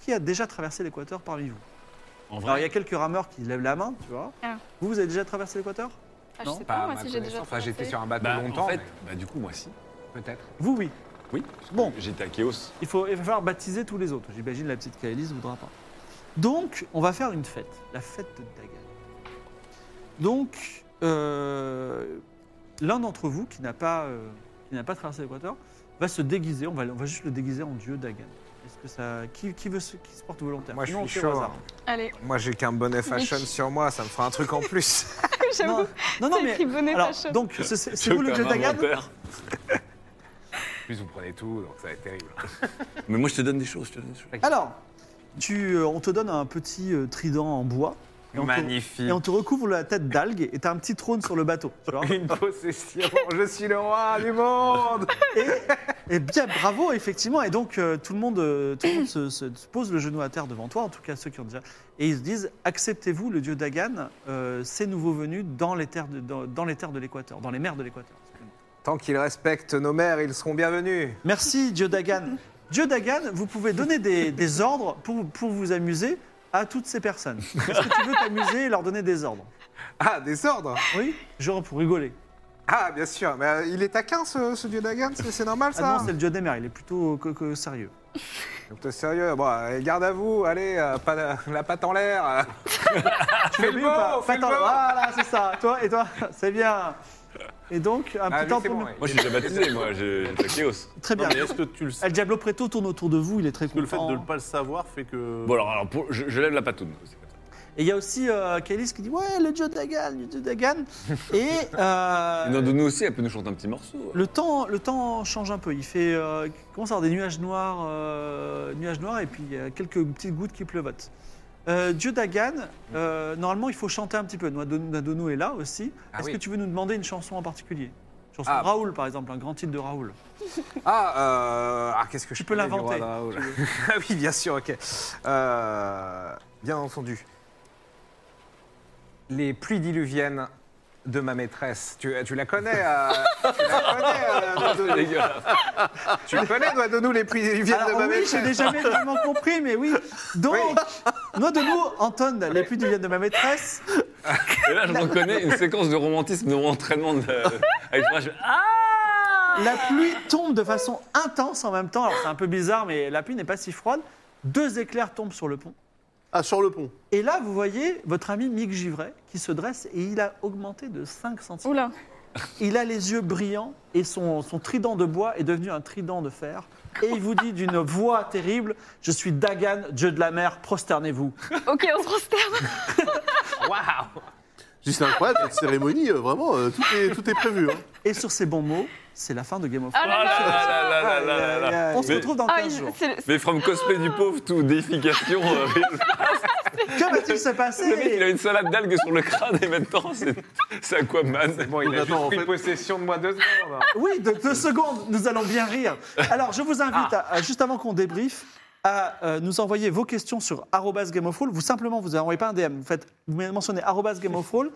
S2: qui a déjà traversé l'équateur parmi vous
S4: En
S2: Alors, il y
S4: vrai,
S2: a quelques rameurs qui lèvent la main, tu vois.
S5: Ah.
S2: Vous, vous avez déjà traversé l'équateur
S5: Ah, je
S2: Non,
S5: sais
S6: pas
S5: pas,
S6: à
S5: moi
S6: ma
S5: si j'ai déjà
S6: connaissance. Enfin, j'étais
S5: traversé.
S6: sur un bateau
S4: bah,
S6: longtemps,
S4: en fait,
S6: mais
S4: bah, du coup, moi, si.
S6: peut-être.
S2: Vous, oui.
S4: Oui. parce que
S2: Bon.
S4: J'étais à Chaos.
S2: Il, faut, il va falloir baptiser tous les autres. J'imagine la petite Kaelis ne voudra pas. Donc, on va faire une fête, la fête de Dagan. Donc, euh, l'un d'entre vous qui n'a pas, euh, qui n'a pas traversé l'équateur va se déguiser. On va, on va juste le déguiser en dieu Dagan. Est-ce que ça, qui, qui veut se, qui se porte volontaire
S6: Moi, je
S2: Sinon,
S6: suis
S2: on fait au
S6: chaud,
S2: hasard.
S5: Allez,
S6: Moi, j'ai qu'un bonnet fashion
S5: Mickey.
S6: sur moi, ça me fera un truc en plus.
S5: j'avoue.
S2: Non, non,
S5: c'est
S2: mais
S5: écrit bonnet
S2: alors,
S5: fashion.
S2: donc c'est- c'est c'est
S4: Je
S2: vous le dieu
S4: comme un
S2: Dagan
S4: menteur.
S6: En plus, vous prenez tout, donc ça va être terrible.
S3: Mais moi, je te donne des choses. Je te donne des choses.
S2: Alors, tu, euh, on te donne un petit euh, trident en bois. Et on te-
S6: Magnifique.
S2: Et on te recouvre la tête d'algues et t'as un petit trône sur le bateau. tu vois.
S6: Une possession, je suis le roi du monde
S2: Et Eh bien, bravo, effectivement. Et donc, euh, tout le monde, euh, tout le monde se, se- se pose le genou à terre devant toi, en tout cas ceux qui ont déjà. Et ils se disent Acceptez-vous le dieu Dagan, euh, ces nouveaux venus dans les terres de, dans, dans les terres de l'Équateur, dans les mers de l'Équateur. excusez-moi.
S6: Tant qu'ils respectent nos mères, ils seront bienvenus.
S2: Merci, dieu Dagan. Dieu Dagan, vous pouvez donner des, des ordres pour, pour vous amuser à toutes ces personnes. Est-ce que tu veux t'amuser et leur donner des ordres
S6: Ah, des ordres
S2: Oui, genre pour rigoler.
S6: Ah, bien sûr, mais euh, il est taquin ce, ce dieu Dagan, c'est c'est normal ça
S2: Ah non, c'est le dieu des mers, il est plutôt que- que sérieux.
S6: Donc t'es sérieux, bon, euh, garde à vous, allez, euh, pas, de- la patte en l'air. euh.
S2: Tu l'as
S6: le
S2: vu
S6: beau,
S2: ou pas
S6: fais le
S2: Attends,
S6: beau. Ah,
S2: Voilà, c'est ça. Toi et toi, c'est bien. Et donc, un
S6: Ah,
S2: petit
S6: lui,
S2: temps
S6: c'est
S2: pour
S6: bon,
S2: nous.
S6: ouais.
S4: Moi, j'ai déjà baptisé, moi, j'ai- j'étais à Chaos.
S2: Très
S3: Non,
S2: bien.
S3: mais est-ce que tu le sais
S2: El Diablo Preto tourne autour de vous, il est très
S3: Est-ce que le fait
S2: content.
S3: de ne pas le savoir fait que.
S4: Bon, alors, alors, pour- je, je lève la patoune. c'est comme ça.
S2: Et il y a aussi euh, Kailis qui dit Ouais, le dieu Dagan, le dieu Dagan. et euh,
S4: Et non, de nous aussi, elle peut nous chanter un petit morceau.
S2: le, temps, le temps change un peu. Il fait, euh, il commence à avoir des nuages noirs, euh, nuages noirs et puis euh, quelques petites gouttes qui pleuvotent. Euh, dieu Dagan, euh, normalement, il faut chanter un petit peu. Noa Dono est là aussi.
S6: Ah
S2: Est-ce
S6: oui.
S2: que tu veux nous demander une chanson en particulier Une Chanson
S6: Ah.
S2: de Raoul, par exemple, un grand titre de Raoul.
S6: Ah, euh, ah qu'est-ce que je
S2: peux
S6: connais du
S2: l'inventer,
S6: roi de Raoul
S2: si
S6: Ah oui, bien sûr, ok. Euh, bien entendu. Les pluies diluviennes de ma maîtresse. Tu, tu la connais, euh, tu la connais, euh, Doudou. Tu connais, Doua Doudou, les pluies diluviennes
S2: Alors,
S6: de ma
S2: Ah, oui, je
S6: maîtresse
S2: n'ai jamais vraiment compris, mais oui. Donc, noix de nous, Anton, les pluies deviennent de ma maîtresse.
S4: Et là, je reconnais une séquence de romantisme, de entraînement de, avec moi, je fais, Ah
S2: La pluie tombe de façon intense en même temps. Alors, c'est un peu bizarre, mais la pluie n'est pas si froide. Deux éclairs tombent sur le pont.
S3: Ah, sur le pont.
S2: Et là, vous voyez votre ami Mick Givray qui se dresse et il a augmenté de 5 cm.
S5: Oula,
S2: Il a les yeux brillants et son, son trident de bois est devenu un trident de fer. Et il vous dit d'une voix terrible Je suis Dagan, dieu de la mer, prosternez-vous.
S5: ok, on se prosterne.
S3: Je dis, C'est incroyable cette cérémonie, euh, vraiment, euh, tout, est, tout est prévu. hein.
S2: Et sur ces bons mots, c'est la fin de Game of
S5: Ah
S2: Thrones.
S5: là
S4: Ah là là
S5: là
S4: là là là là là.
S2: On se
S4: Euh, Mais-
S2: retrouve dans
S5: Ah,
S2: 15
S5: il-
S2: jours.
S5: c'est le-
S4: Mais from cosplay du pauvre, tout déification. euh,
S2: Que va-t-il se passer
S4: le mec, il a une salade d'algues sur le crâne et maintenant, c'est c'est Aquaman.
S6: Bon, il a
S3: Attends,
S6: juste
S3: en
S6: pris
S3: fait-
S6: possession de moi deux secondes.
S2: Oui, de deux secondes, nous allons bien rire. Alors, je vous invite,
S4: Ah.
S2: à- à- juste avant qu'on débriefe, à euh, nous envoyer vos questions sur arrobas Game of Thrones. Vous simplement, vous envoyez pas un DM, vous, faites, vous mentionnez arrobas Game of Thrones,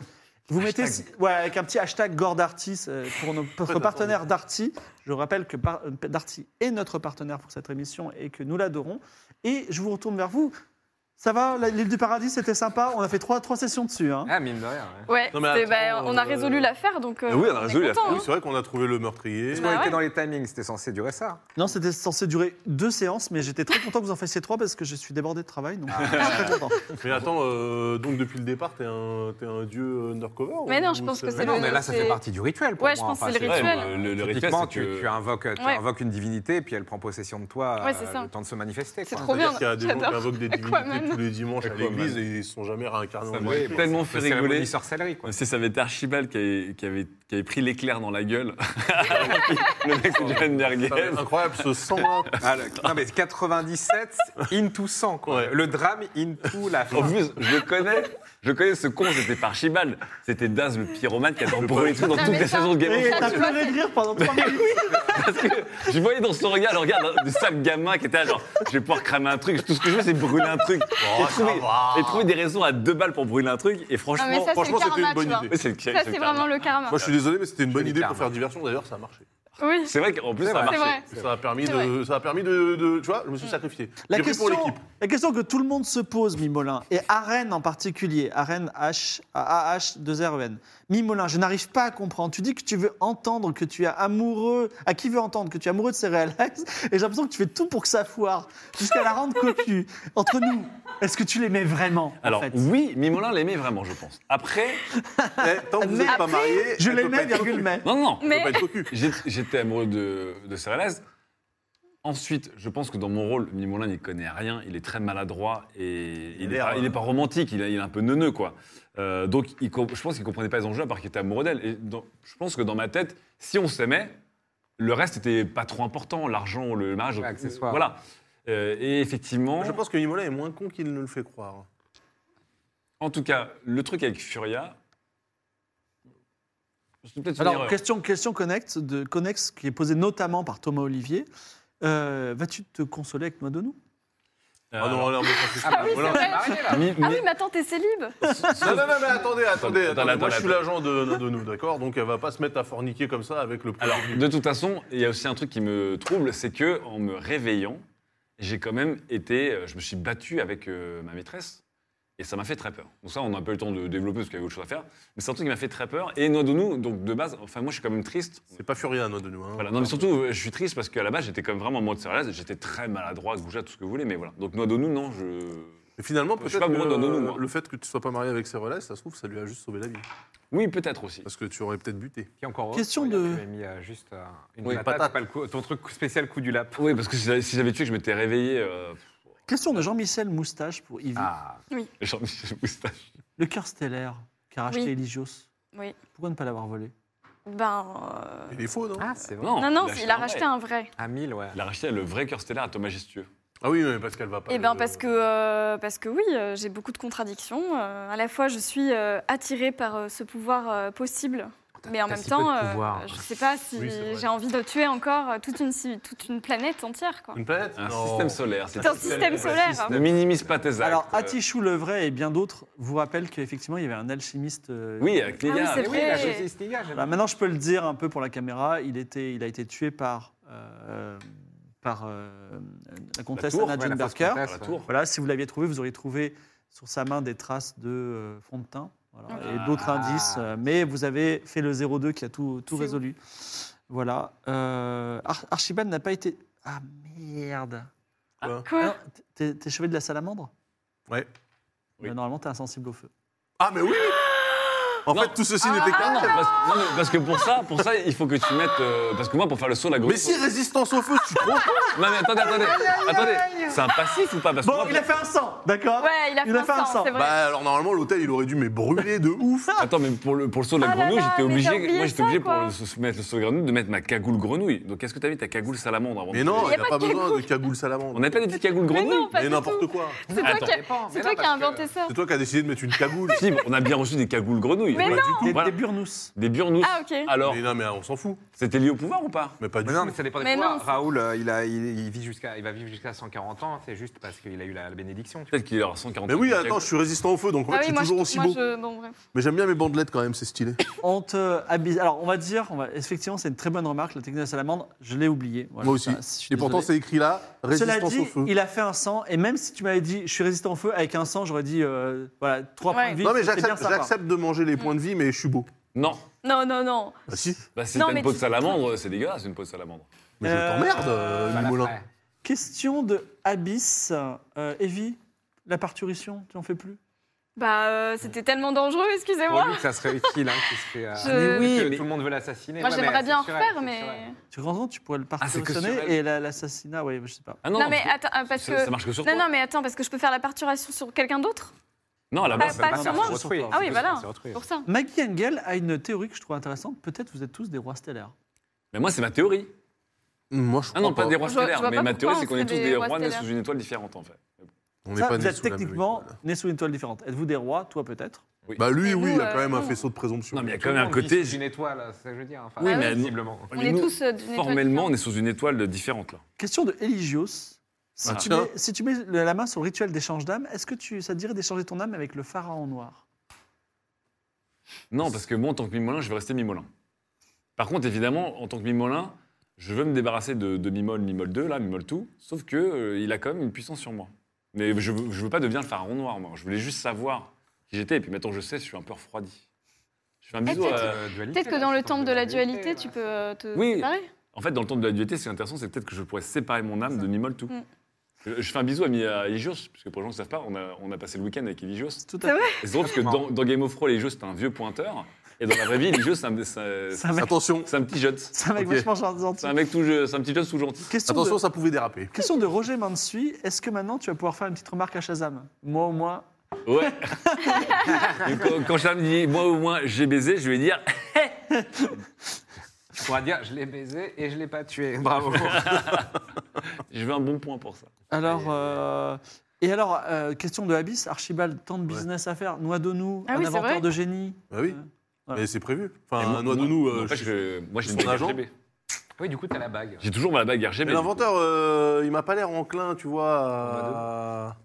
S2: Vous mettez si- ouais, avec un petit hashtag Gore d'Arty euh, pour nos- notre partenaire Darty. Je rappelle que par- euh, Darty est notre partenaire pour cette émission et que nous l'adorons. Et je vous retourne vers vous. Ça va, la- l'île du paradis, c'était sympa. On a fait trois, trois sessions dessus. hein.
S6: Ah, mine de rien. ouais.
S5: Ouais,
S3: Non, mais
S5: c'est- bah,
S3: attends,
S5: on a
S3: euh,
S5: résolu l'affaire, donc. euh,
S4: Ah oui, on a
S5: est
S4: résolu
S5: content,
S3: Oui, c'est vrai qu'on a trouvé le meurtrier.
S6: Parce
S5: Bah
S6: qu'on était
S5: ouais.
S6: dans les timings, c'était censé durer ça.
S2: Non, c'était censé durer deux séances, mais j'étais très content que vous en fassiez trois parce que je suis débordé de travail,
S3: Ah.
S2: donc euh, je suis très content.
S3: Mais attends, euh, donc depuis le départ, t'es un, t'es un dieu euh, undercover
S5: Mais
S3: ou-
S5: non, je
S3: ou
S5: pense que
S6: Mais
S5: C'est
S6: non,
S5: le-
S6: mais là, ça
S5: c'est-
S6: fait partie du rituel pour
S5: Ouais, je
S6: moi.
S5: pense que c'est le
S6: c'est- euh,
S4: Ouais,
S5: rituel.
S4: bon, le, le rituel,
S6: Typiquement,
S4: c'est
S6: tu,
S4: que-
S6: tu invoques, tu
S5: Ouais.
S6: invoques une divinité et puis elle prend possession de toi
S5: Ouais,
S6: euh,
S5: c'est ça.
S6: le temps de se manifester.
S5: C'est
S6: quoi.
S5: trop bien.
S3: C'est-à-dire qu'il y a des gens qui
S5: J'adore.
S3: invoquent des divinités
S5: Aquaman.
S3: tous les dimanches à
S7: Aquaman.
S3: l'église et ils ne sont jamais réincarnés
S4: Ça
S3: en
S4: m'a
S3: vrai.
S4: tellement fait
S7: C'est
S4: rigoler.
S7: cérémonie sorcellerie, quoi.
S4: Tu sais, ça avait été Archibald qui avait, qui avait, qui avait pris l'éclair dans la gueule. le mec,
S6: Oh,
S4: c'est John Derguez.
S3: Putain, mais Incroyable ce sang là.
S6: Ah, le- non, mais 97 into 100, quoi.
S3: Ouais.
S6: Le drame into la fin.
S4: En plus, je connais, je connais ce con, c'était pas Archibald. C'était Daz, le pyromane, qui a brûlé tout dans toutes
S5: Non, Ah, mais
S4: les
S5: ça-
S4: saisons de Game of
S2: Et
S4: Thrones.
S2: t'as pleuré de rire pendant 3 minutes.
S4: Parce que je voyais dans son regard le regard d'un- du sale gamin qui était là, genre, je vais pouvoir cramer un truc. Tout ce que je veux, c'est brûler un
S5: Oh,
S4: truc. et, trouver, et trouver des raisons à deux balles pour brûler un truc. Et franchement,
S5: mais ça, c'est
S3: franchement,
S5: le
S3: c'était
S5: karma,
S3: une bonne
S5: tu vois.
S3: idée.
S4: Ouais, c'est le-
S5: Ça,
S4: le
S5: c'est
S4: karma.
S5: vraiment le karma.
S3: Moi je suis désolé, mais c'était une bonne idée pour
S6: karma.
S3: faire diversion. D'ailleurs, ça a marché.
S5: Oui.
S4: C'est vrai qu'en plus, ça a
S5: C'est
S4: marché.
S5: vrai. Mm.
S3: Ça a permis,
S5: C'est
S3: de, ça a permis de, de- Tu vois, je me suis sacrifié.
S2: La
S3: J'ai pris
S2: question,
S3: pour l'équipe.
S2: la question que tout le monde se pose, Mimolin, et à Rennes en particulier, à Rennes H, A A H 2 R E N. Mimolin, je n'arrive pas à comprendre. Tu dis que tu veux entendre que tu es amoureux, à qui veut entendre que tu es amoureux de Céréales et j'ai l'impression que tu fais tout pour que ça foire, jusqu'à la rendre cocu. Entre nous, est-ce que tu l'aimais vraiment
S4: Alors
S2: en fait
S4: oui, Mimolin l'aimait vraiment, je pense. Après,
S3: Eh, tant que vous
S2: Ah, Mais
S3: n'êtes pas
S2: après,
S3: marié,
S2: Je
S3: elle peut pas
S2: l'aimais,
S3: être cocu.
S2: virgule, mais.
S4: non, non, non.
S3: Elle peut pas
S5: Mais
S3: être cocu.
S4: J'ai- J'étais amoureux de, de Céréales. Ensuite, je pense que dans mon rôle, Mimolin n'y connaît rien. Il est très maladroit et il n'est
S3: l'air,
S4: pas,
S3: euh,
S4: il est pas romantique. Il, est- il est un peu neuneux, quoi. Euh, donc, il com- je pense qu'il comprenait pas les enjeux à part qu'il était amoureux d'elle. Et dans- je pense que dans ma tête, si on s'aimait, le reste était pas trop important. L'argent, le mariage,
S7: Ouais, accessoire.
S4: voilà. Euh, et effectivement,
S3: Je pense que Imola est moins con qu'il ne le fait croire.
S4: en tout cas, le truc avec Furia. c'est peut-être une
S2: Alors,
S4: erreur.
S2: question, question connecte de, connexe qui est posée notamment par Thomas Olivier. Euh, Vas-tu te consoler avec Noix de nous
S4: Euh,
S3: Ah non, non,
S4: alors,
S3: mais ça, c'est sûr.
S6: Ah bah
S5: oui,
S3: Voilà.
S5: c'est vrai.
S4: Mi-
S5: Ah
S4: mi-
S5: oui, mais attends, t'es célib
S3: Non, non, non, mais attendez, attendez.
S4: Attends,
S3: attendez.
S4: attends,
S3: Moi, je suis
S4: attends.
S3: l'agent de Nadonou, d'accord Donc, elle va pas se mettre à forniquer comme ça avec le premier
S4: Alors,
S3: venu.
S4: de toute façon, il y a aussi un truc qui me trouble, c'est que en me réveillant, j'ai quand même été, euh, je me suis battu avec euh, ma maîtresse, et ça m'a fait très peur. Donc ça, on n'a pas eu le temps de développer parce qu'il y avait autre chose à faire, mais c'est un truc qui m'a fait très peur. Et Noadonou, donc de base, enfin moi, je suis quand même triste.
S3: C'est pas Furia, Nadonou. Hein.
S4: Voilà. Non, mais surtout, euh, je suis triste parce qu'à la base, j'étais quand même vraiment en mode sérieuse, j'étais très maladroit, gouja, tout ce que vous voulez, mais voilà. Donc Noadonou, non, je.
S3: Mais finalement,
S4: Je suis
S3: peut-être
S4: pas
S3: que
S4: amoureux de Nadonou, moi.
S3: euh, le fait que tu sois pas marié avec ses relais, ça se trouve, ça lui a juste sauvé la vie.
S4: Oui, peut-être aussi.
S3: Parce que tu aurais peut-être buté.
S7: Qui est encore heureux,
S2: Question
S7: regarde,
S2: de-
S7: Tu as mis euh, juste euh, une
S3: Oui,
S7: patate,
S3: patate.
S7: pas le coup- ton truc spécial coup du lapin.
S4: Oui, parce que si j'avais- si j'avais tué, que je m'étais réveillé. euh,
S2: Question de Jean-Michel Moustache pour Yves.
S7: Ah,
S4: Jean-Michel Moustache.
S2: Le cœur stellaire qu'a racheté
S5: Oui.
S2: Eligios.
S5: Oui.
S2: Pourquoi ne pas l'avoir volé
S5: Ben. euh,
S3: Il est faux, non
S7: ah c'est vrai.
S4: Non,
S5: Non, non, il a
S4: un
S5: racheté
S4: vrai.
S5: un vrai.
S7: À 1000, ouais.
S4: Il a racheté le vrai cœur stellaire à Thomas Gestueux.
S3: Ah oui, mais parce qu'elle va pas.
S5: Eh
S3: le-
S5: bien, parce que, euh, parce que oui, euh, j'ai beaucoup de contradictions. Euh, à la fois, je suis euh, attirée par euh, ce pouvoir euh, possible, mais en
S7: t'as
S5: même
S7: si
S5: temps,
S7: peu de
S5: euh,
S7: pouvoir.
S5: je ne sais pas si
S3: Oui, c'est vrai.
S5: j'ai envie de tuer encore euh, toute une, ci- toute une planète entière. Quoi.
S3: Une planète
S4: Un
S3: Non.
S4: système solaire.
S5: C'est un système solaire.
S4: Ne minimise pas tes actes.
S2: Alors,
S4: Euh,
S2: Atichou le vrai et bien d'autres vous rappellent qu'effectivement, il y avait un alchimiste. euh,
S4: Oui, avec les
S5: Ah oui,
S4: gars.
S5: c'est
S7: Mais
S5: vrai. Bah,
S7: oui, la justice Niga, j'aime
S2: voilà,
S7: bien.
S2: maintenant, je peux le dire un peu pour la caméra. Il, était, il a été tué par, euh, par euh, la comtesse
S4: tour,
S2: Anna
S7: Ouais,
S2: Jane
S7: la fausse
S2: Barker.
S7: comtesse,
S4: la
S7: ouais.
S4: tour.
S2: Voilà, si vous l'aviez trouvé, vous auriez trouvé sur sa main des traces de euh, fond de teint voilà,
S5: Ok.
S2: et d'autres
S7: Ah.
S2: indices. euh, mais vous avez fait le 02 qui a tout, tout
S5: C'est
S2: résolu. Voilà. Euh, Ar- Archibald n'a pas été. Ah merde
S5: Quoi
S2: Alors, T'es t'es chevalier de la salamandre
S3: Ouais.
S4: Oui.
S2: Bah, Normalement, t'es insensible au feu.
S3: Ah, mais oui En
S4: Non.
S3: fait, tout ceci n'était
S4: Ah
S3: qu'un
S4: non,
S3: rêve.
S4: parce, non, mais parce que pour ça, pour ça, il faut que tu mettes. euh, parce que moi, pour faire le saut, la grosse.
S3: Mais si résistance au feu, tu crois
S4: Non, mais attendez, attendez. attendez. C'est un passif ou pas parce que
S2: Bon,
S4: moi,
S2: il a fait un sang, d'accord
S5: Ouais, il a fait un sang, c'est vrai.
S3: Bah, alors normalement, l'hôtel, il aurait dû mais brûler de ouf.
S4: Attends, mais pour le, pour le saut de la
S5: Ah là
S4: grenouille,
S5: là,
S4: j'étais
S5: mais t'as
S4: obligé.
S5: oublié
S4: Moi, j'étais
S5: ça,
S4: obligé pour
S5: quoi.
S4: le- se- mettre le saut de la grenouille de mettre ma cagoule grenouille. Donc, est-ce que t'as mis ta cagoule salamandre avant
S3: Mais
S4: de-
S3: non,
S5: y a
S3: il n'a
S5: pas
S3: pas
S5: de
S3: besoin de
S5: cagoule.
S3: cagoule
S4: On
S3: salamandre.
S4: n'a pas des petites cagoules
S5: Mais non,
S4: grenouilles
S5: pas
S3: Mais
S5: du
S3: n'importe
S5: tout.
S3: quoi.
S5: C'est toi
S4: Attends.
S5: qui a-
S7: Ça dépend,
S6: Bah,
S5: c'est
S7: mais
S5: toi
S7: non,
S5: qui as
S7: parce que-
S5: inventé ça.
S3: C'est toi qui as décidé de mettre une cagoule.
S4: Si, on a bien reçu des cagoules grenouilles.
S5: Mais
S4: Voilà,
S5: non.
S4: du coup,
S2: Des,
S4: voilà.
S2: des burnous.
S4: Des burnous.
S5: Ah, ok.
S4: Alors,
S3: Mais non, mais on s'en fout.
S4: c'était lié au pouvoir ou pas
S3: Mais pas du
S7: Mais
S3: tout.
S7: non, mais ça dépend des
S5: Mais
S7: pouvoirs.
S5: non, c'est-
S7: Raoul, euh, il, a, il, il vit jusqu'à, il va vivre jusqu'à 140 ans, c'est juste parce qu'il a eu la, la bénédiction. tu
S4: Peut-être qu'il aura 140
S3: Mais oui, attends, je suis résistant au feu, donc en fait,
S5: Ah
S3: je
S5: oui,
S3: suis
S5: moi, je,
S3: toujours aussi
S5: moi,
S3: beau.
S5: je- bon, bref.
S3: Mais j'aime bien mes bandelettes quand même, c'est stylé.
S2: On te habille- euh, Alors, on va dire, on va... effectivement, c'est une très bonne remarque, la technique de la salamandre, je l'ai oubliée. Voilà,
S3: Moi aussi.
S2: ça, je suis
S3: Et pourtant,
S2: désolé.
S3: c'est écrit là,
S2: Cela
S3: résistance
S2: dit,
S3: au feu.
S2: il a fait un sang, et même si tu m'avais dit je suis résistant au feu, avec un sang, j'aurais dit euh, voilà, 3
S5: Ouais.
S2: points de vie.
S3: Non, mais
S2: c'est bien
S3: j'accepte
S2: sympa.
S3: j'accepte de manger les points de vie, mais je suis beau.
S4: Non.
S5: Non, non, non.
S3: Bah si,
S4: Bah, si
S5: Non,
S4: t'as une
S5: mais
S4: peau de
S5: tu-
S4: salamandre, c'est dégueulasse, une peau de salamandre.
S3: mais
S2: Euh,
S3: je t'emmerde, euh,
S7: vois.
S3: Mimolin.
S7: Voilà, ouais.
S2: Question de Abyss. Euh, Evie, la parturition, tu en fais plus
S5: Bah, euh, c'était tellement dangereux,
S6: Pour
S5: excusez-moi.
S6: lui, que ça serait utile hein, qu'il se fait. euh,
S5: Je- Mais oui,
S6: que
S3: mais-
S6: tout le monde veut l'assassiner.
S5: Moi,
S6: Ouais,
S5: j'aimerais
S6: mais
S5: bien en
S6: c'est naturel,
S5: refaire,
S6: c'est
S5: mais.
S6: naturel.
S2: Tu rends tu pourrais le
S4: Ah, c'est que sur
S2: partir
S4: elle.
S2: et la- l'assassinat, ouais, je sais pas.
S4: Ah
S5: Non, mais
S4: parce que-
S5: attends, ah, parce
S4: ça,
S5: que.
S4: ça marche que sur
S5: non,
S4: toi.
S5: non, mais attends, parce que je peux faire la parturation sur quelqu'un d'autre
S4: Non,
S6: Ah,
S4: à la
S5: Pas-
S4: base,
S5: pas sur moi.
S6: sur autrui.
S2: Ah
S5: Ah oui,
S6: C'est
S5: voilà.
S6: sur autrui.
S5: Pour ça.
S2: Maggie Engel a une théorie que je trouve intéressante. Peut-être vous êtes tous des rois stellaires.
S4: Mais moi, c'est ma théorie.
S3: Mmh, Moi, je
S4: Ah non,
S3: crois
S4: pas des rois
S5: Je vois- je
S4: stellaires,
S5: vois
S4: mais
S5: pas
S4: ma
S5: pourquoi
S4: théorie, c'est
S5: on
S4: qu'on est tous
S5: serait
S4: des
S5: des rois
S4: rois nés
S5: stellaires.
S4: sous une étoile différente, en fait.
S3: On n'est
S2: Ça,
S3: pas
S2: vous
S3: nés
S2: êtes
S3: sous la même
S2: techniquement
S3: étoile.
S2: nés sous une toile différente. Êtes-vous des rois Toi peut-être
S3: Bah lui,
S5: Et
S3: oui, il
S5: nous,
S3: a quand
S5: euh,
S3: même un
S5: non.
S3: faisceau de présomption.
S4: Non, mais il y a
S6: Tout
S4: quand
S6: le
S4: même un
S6: monde vit
S4: côté.
S6: sous une étoile, c'est ça que je veux dire. Enfin,
S4: Oui, mais-
S6: visiblement.
S5: On est
S4: Nous,
S5: tous euh, d'une étoile
S4: Formellement,
S5: différente.
S4: on est sous une étoile différente, là.
S2: Question de Eligios. Si,
S3: Ah,
S2: tu
S3: tiens.
S2: mets, si tu mets la main sur le rituel d'échange d'âme, est-ce que tu, ça te dirait d'échanger ton âme avec le pharaon noir
S4: Non, parce que moi, en tant que Mimolin, je vais rester Mimolin. Par contre, évidemment, en tant que Mimolin, je veux me débarrasser de, de Mimol, Mimol 2, là, Mimol tout, sauf que euh, il a quand même une puissance sur moi. Mais je veux, je veux pas devenir le pharaon noir, moi. Je voulais juste savoir qui j'étais, et puis maintenant je sais, je suis un peu refroidi. Je fais un
S5: Eh,
S4: bisou
S5: peut-être-
S4: à-
S6: euh,
S5: Peut-être
S6: hein,
S5: que dans le temple de la dualité, tu peux euh, te
S4: Oui.
S5: séparer.
S4: En fait, dans le temps de la dualité, ce qui est intéressant, c'est peut-être que je pourrais séparer mon âme de Mimol tout.
S5: Mm.
S4: Je, je fais un bisou à, Mi- à Eligios, parce que pour les gens qui ne savent pas, on a, on a passé le week-end avec Eligios.
S2: Tout
S5: C'est
S2: fait.
S4: Et C'est drôle parce que dans, dans Game of Thrones, Eligios, c'est un vieux pointeur, et dans la vraie vie, Eligios, c'est un, c'est un-
S2: C'est un mec,
S3: Attention,
S4: c'est un petit jeune.
S2: c'est un mec
S3: Ok.
S2: vachement gentil.
S4: C'est un mec tout, je- c'est un petit jeune tout gentil.
S2: Question,
S5: euh,
S3: attention,
S2: de,
S3: ça pouvait déraper.
S2: question de Roger Mansui. Est-ce que maintenant tu vas pouvoir faire une petite remarque à Shazam Moi au moins.
S4: Ouais. Et quand, quand Charles me dit moi au moins j'ai baisé, je vais dire
S6: Tu pourras dire je l'ai baisé et je l'ai pas tué. Bravo.
S4: je veux un bon point pour ça.
S2: Alors, euh, et alors, euh, question de Abyss. Archibald, tant de
S3: Ouais.
S2: business à faire. Noix de nous,
S5: Ah
S2: un
S5: oui, c'est
S2: inventeur
S5: vrai.
S2: de génie.
S3: Bah oui,
S2: Euh, voilà.
S3: mais c'est prévu.
S4: Et
S3: Enfin,
S4: moi-
S3: un noix de nous.
S4: moi,
S3: euh,
S4: en fait,
S3: je-
S4: je- moi j'ai
S3: son
S4: une bague
S3: agent.
S4: RGB.
S6: oui, du coup, t'as la bague.
S4: J'ai toujours ma bague RGB.
S3: Mais l'inventeur, euh, il m'a pas l'air enclin, tu vois. à-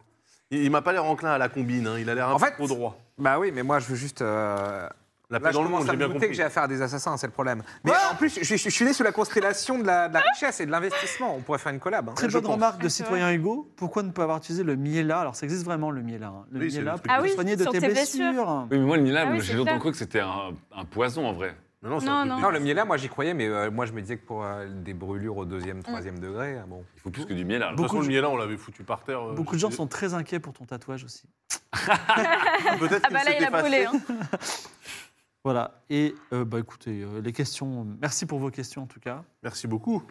S3: Il, il m'a pas l'air enclin à la combine. hein. Il a l'air un
S6: En
S3: peu
S6: fait-
S3: trop droit.
S6: Bah oui, mais moi, je veux juste. euh,
S3: La
S6: Là,
S3: paix
S6: je
S3: dans le
S6: commence
S3: monde,
S6: à
S3: j'ai
S6: me
S3: bien
S6: douter que
S3: compris.
S6: j'ai affaire à des assassins, c'est le problème. Mais en plus, je, je- je suis né sous la constellation de la, de la richesse et de l'investissement. On pourrait faire une collab. hein,
S2: Très
S6: je
S2: bonne
S6: pense.
S2: remarque de
S5: Ah, c'est
S2: citoyen Hugo. Pourquoi ne pas avoir utilisé le miela Alors, ça existe vraiment le miela. hein. Le
S3: Oui, c'est
S2: miela
S3: le
S2: pour
S3: truc
S5: de-
S2: te soigner de
S5: Ah
S2: tes
S5: oui, sur tes
S2: blessures.
S4: Oui, mais moi le Milan,
S5: Ah oui, c'est
S4: j'ai longtemps
S5: clair.
S4: cru que c'était un, un poison en vrai.
S3: Mais non, c'est
S5: Non,
S3: un truc
S5: non.
S3: de-
S6: Non, le miel là, moi j'y croyais, mais euh, moi je me disais que pour euh, des brûlures au deuxième, troisième degré, euh, bon.
S4: Il faut plus que du miel. alors.
S3: De toute
S2: Beaucoup
S3: façon,
S2: de-
S3: le miel, on l'avait foutu par terre. euh,
S2: Beaucoup de gens
S3: je-
S2: sont très inquiets pour ton tatouage aussi.
S3: Peut-être
S5: Ah bah
S3: qu'il
S5: là,
S3: s'est
S5: il a
S3: effacé.
S5: collé. hein.
S2: Voilà. Et euh, bah, écoutez, euh, les questions. Merci pour vos questions en tout cas.
S3: Merci beaucoup.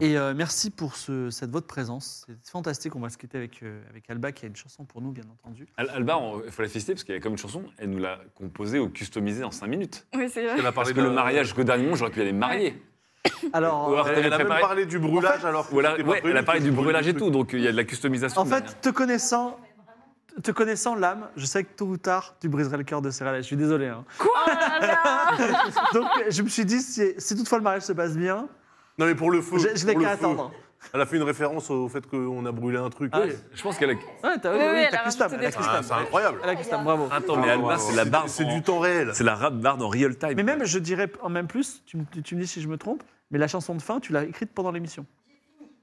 S2: Et euh, merci pour ce- cette votre présence. C'est fantastique. On va se quitter avec, euh, avec Alba qui a une chanson pour nous, bien entendu.
S4: Al- Alba, on- il faut la féliciter parce qu'elle a comme une chanson, elle nous l'a composée ou customisée en 5 minutes.
S5: Oui, c'est vrai.
S3: Elle a
S4: Parce
S3: parlé
S4: que
S3: de-
S4: le mariage, jusqu'au dernier moment, j'aurais pu aller me marier.
S2: Alors,
S4: Ou alors-
S2: euh,
S3: Elle, elle a même
S4: Préparé.
S3: parlé du brûlage alors que
S4: Ou alors,
S3: c'était pas
S4: ouais,
S3: prévu,
S4: elle a parlé
S3: tu
S4: du
S3: brûles
S4: brûlage
S3: le
S4: et
S3: truc.
S4: tout, donc euh, il y a de la customisation.
S2: en
S4: derrière.
S2: fait, te connaissant, te connaissant l'âme, je sais que tôt ou tard, tu briserais le cœur de Serralais. Je suis désolé. hein.
S5: Oh là là
S2: Donc, je me suis dit, si, si toutefois le mariage se passe bien,
S3: Non, mais pour le feu.
S2: je, je n'ai
S3: pour le
S2: qu'à
S3: feu.
S2: attendre.
S3: Elle a fait une référence au fait qu'on a brûlé un truc.
S2: Ah,
S3: Ouais.
S4: Je pense qu'elle a.
S2: Ouais, t'as
S5: Oui,
S2: oui,
S5: oui,
S2: oui,
S5: elle
S2: t'as
S5: a
S2: Christophe,
S5: rajouté
S2: elle a
S5: des
S3: Ah,
S2: Christophe.
S3: c'est incroyable.
S2: Elle a Christophe, bravo.
S4: Attends, mais Alba, Ah, c'est la barbe.
S3: C'est
S4: en-
S3: du temps réel.
S4: C'est la rap barde en real time.
S2: Mais même, je dirais en même plus, tu, me- tu me dis si je me trompe, mais la chanson de fin, tu l'as écrite pendant l'émission.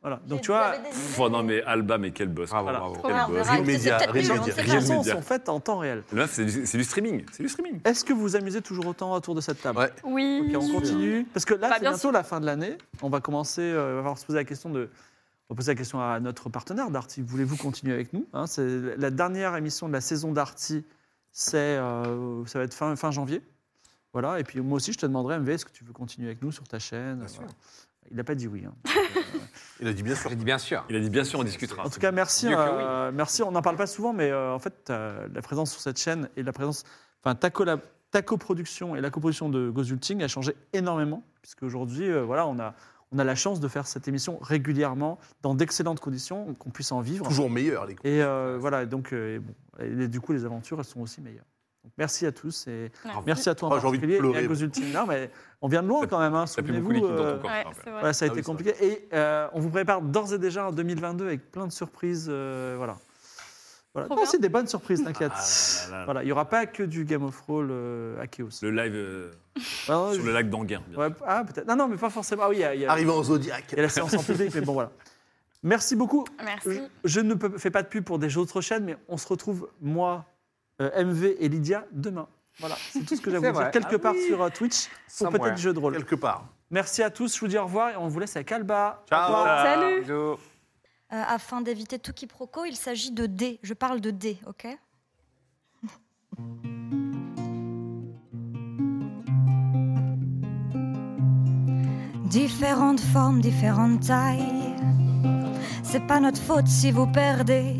S2: Voilà. Donc tu vois,
S4: Pff, oh, non, mais Alba, mais quel boss.
S6: Bravo,
S2: Voilà.
S6: bravo.
S4: Quel
S9: bien, on
S4: boss.
S9: verra.
S3: Real Media,
S9: peut-être
S3: Real
S9: mieux, on
S3: Media.
S9: sait
S2: les
S9: pas.
S4: Real
S2: chansons
S4: Media.
S2: sont faites en temps réel.
S4: Le meuf, c'est du, c'est du streaming. C'est du streaming.
S2: Est-ce que vous vous amusez toujours autant autour de cette table
S3: Ouais.
S5: Oui.
S2: Ok, on continue. Parce que là,
S5: Bah,
S2: c'est
S5: bien
S2: bientôt la fin de l'année. On va commencer, euh, on va falloir se poser la question de. On va poser la question à notre partenaire Darty. Voulez-vous continuer avec nous Hein, C'est la dernière émission de la saison Darty. C'est, euh, ça va être fin, fin janvier. Voilà. Et puis moi aussi, je te demanderai, MV, est-ce que tu veux continuer avec nous sur ta chaîne Voilà. Il n'a pas dit oui. hein.
S3: Il a dit bien sûr.
S6: J'ai dit bien sûr.
S4: Il a dit bien sûr, on discutera.
S2: En tout cas, merci.
S6: mieux que
S2: euh, merci. On n'en parle pas souvent, mais euh, en fait, euh, la présence sur cette chaîne et la présence, enfin, ta, collab- ta coproduction et la coproduction de Gozulting a changé énormément, puisque aujourd'hui, euh, voilà, on a, on a la chance de faire cette émission régulièrement, dans d'excellentes conditions, qu'on puisse en vivre.
S3: Toujours meilleur, les
S2: Et euh, voilà, et donc, euh, et bon, et du coup, les aventures, elles sont aussi meilleures. Donc, merci à tous et
S5: Bravo.
S2: merci à toi en
S3: Ah, j'ai envie de
S2: particulier et à
S3: pleurer.
S2: Gozulting. Non, mais on vient de loin quand même, hein,
S4: T'as plus beaucoup
S2: souvenez-vous.
S4: liquide dans
S2: euh,
S4: ton corps.
S5: Ouais,
S4: Raphaël.
S5: c'est vrai.
S2: voilà, ça a
S3: Ah
S2: été
S3: oui, c'est
S2: compliqué. Et euh, on vous prépare d'ores et déjà en 2022 avec plein de surprises. euh, voilà. voilà.
S5: Trop
S2: Non,
S5: bien.
S2: c'est des bonnes surprises, t'inquiète.
S4: Ah là là là.
S2: Voilà, il n'y aura pas que du Game of Thrones euh, à Chaos.
S4: Le live euh,
S2: Ah,
S3: Oh,
S2: non,
S4: sur le lac d'Anguin.
S2: je- ouais, ah, peut-être. Non, non, mais pas forcément. Ah oui, il y a, il y a-
S3: Arrivé en
S2: il
S3: Zodiac.
S2: y a la séance en public, mais bon, voilà. Merci beaucoup. Je,
S5: Merci.
S2: je ne peux- fais pas de pub pour des autres chaînes, mais on se retrouve, moi, euh, MV et Lydia, demain. Voilà, c'est tout ce que j'avais à
S6: C'est
S2: vous dire.
S6: vrai.
S2: Quelque
S6: Ah
S2: part
S6: oui.
S2: sur euh, Twitch, pour
S6: Somewhere.
S2: peut-être jeu de rôle.
S3: Quelque part.
S2: Merci à tous, je vous dis au revoir et on vous laisse avec Alba.
S3: Ciao.
S2: Au revoir.
S5: Salut.
S6: Bisous.
S8: Euh, afin d'éviter tout quiproquo, il s'agit de dés. Je parle de dés, ok Différentes formes, différentes tailles. C'est pas notre faute si vous perdez.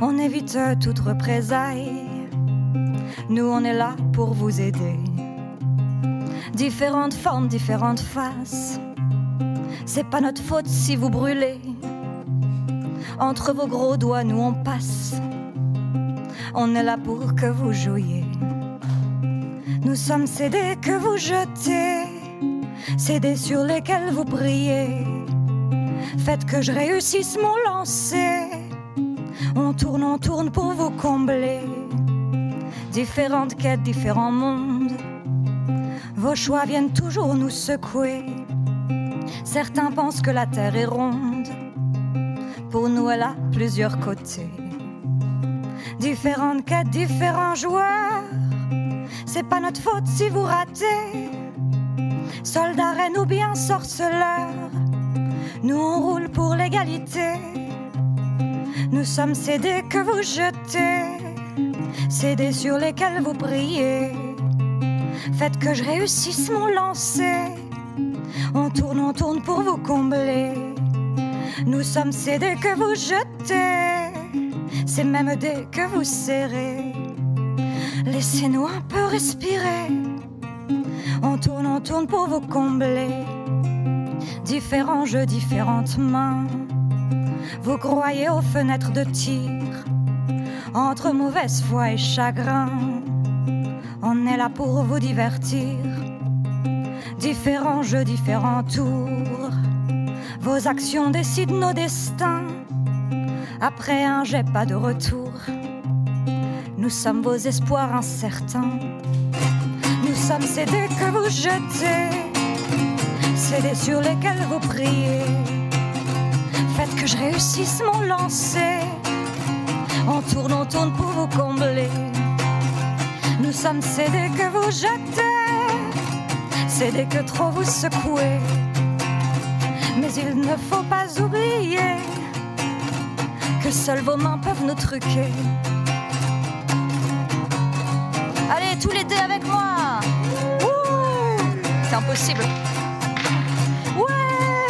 S8: On évite toute représailles. Nous, on est là pour vous aider. Différentes formes, différentes faces. C'est pas notre faute si vous brûlez. Entre vos gros doigts, nous, on passe. On est là pour que vous jouiez. Nous sommes ces dés que vous jetez, ces dés sur lesquels vous priez. Faites que je réussisse mon lancer. On tourne, on tourne pour vous combler. Différentes quêtes, différents mondes. Vos choix viennent toujours nous secouer. Certains pensent que la terre est ronde. Pour nous, elle a plusieurs côtés. Différentes quêtes, différents joueurs. C'est pas notre faute si vous ratez. Soldats, reines ou bien sorceleurs. Nous on roule pour l'égalité. Nous sommes ces dés que vous jetez, ces dés sur lesquels vous priez. Faites que je réussisse mon lancer. On tourne, on tourne pour vous combler. Nous sommes ces dés que vous jetez, ces mêmes dés que vous serrez. Laissez-nous un peu respirer. On tourne, on tourne pour vous combler différents jeux, différentes mains. Vous croyez aux fenêtres de tir, entre mauvaise foi et chagrin. On est là pour vous divertir. Différents jeux, différents tours. Vos actions décident nos destins. Après un jet, pas de retour. Nous sommes vos espoirs incertains. Nous sommes ces dés que vous jetez c'est les sur lesquels vous priez. Faites que je réussisse mon lancer. On tourne, on tourne pour vous combler. Nous sommes ces dés que vous jetez, ces dés que trop vous secouez. Mais il ne faut pas oublier que seules vos mains peuvent nous truquer. Allez, tous les deux avec moi! Ouh C'est impossible! Ouais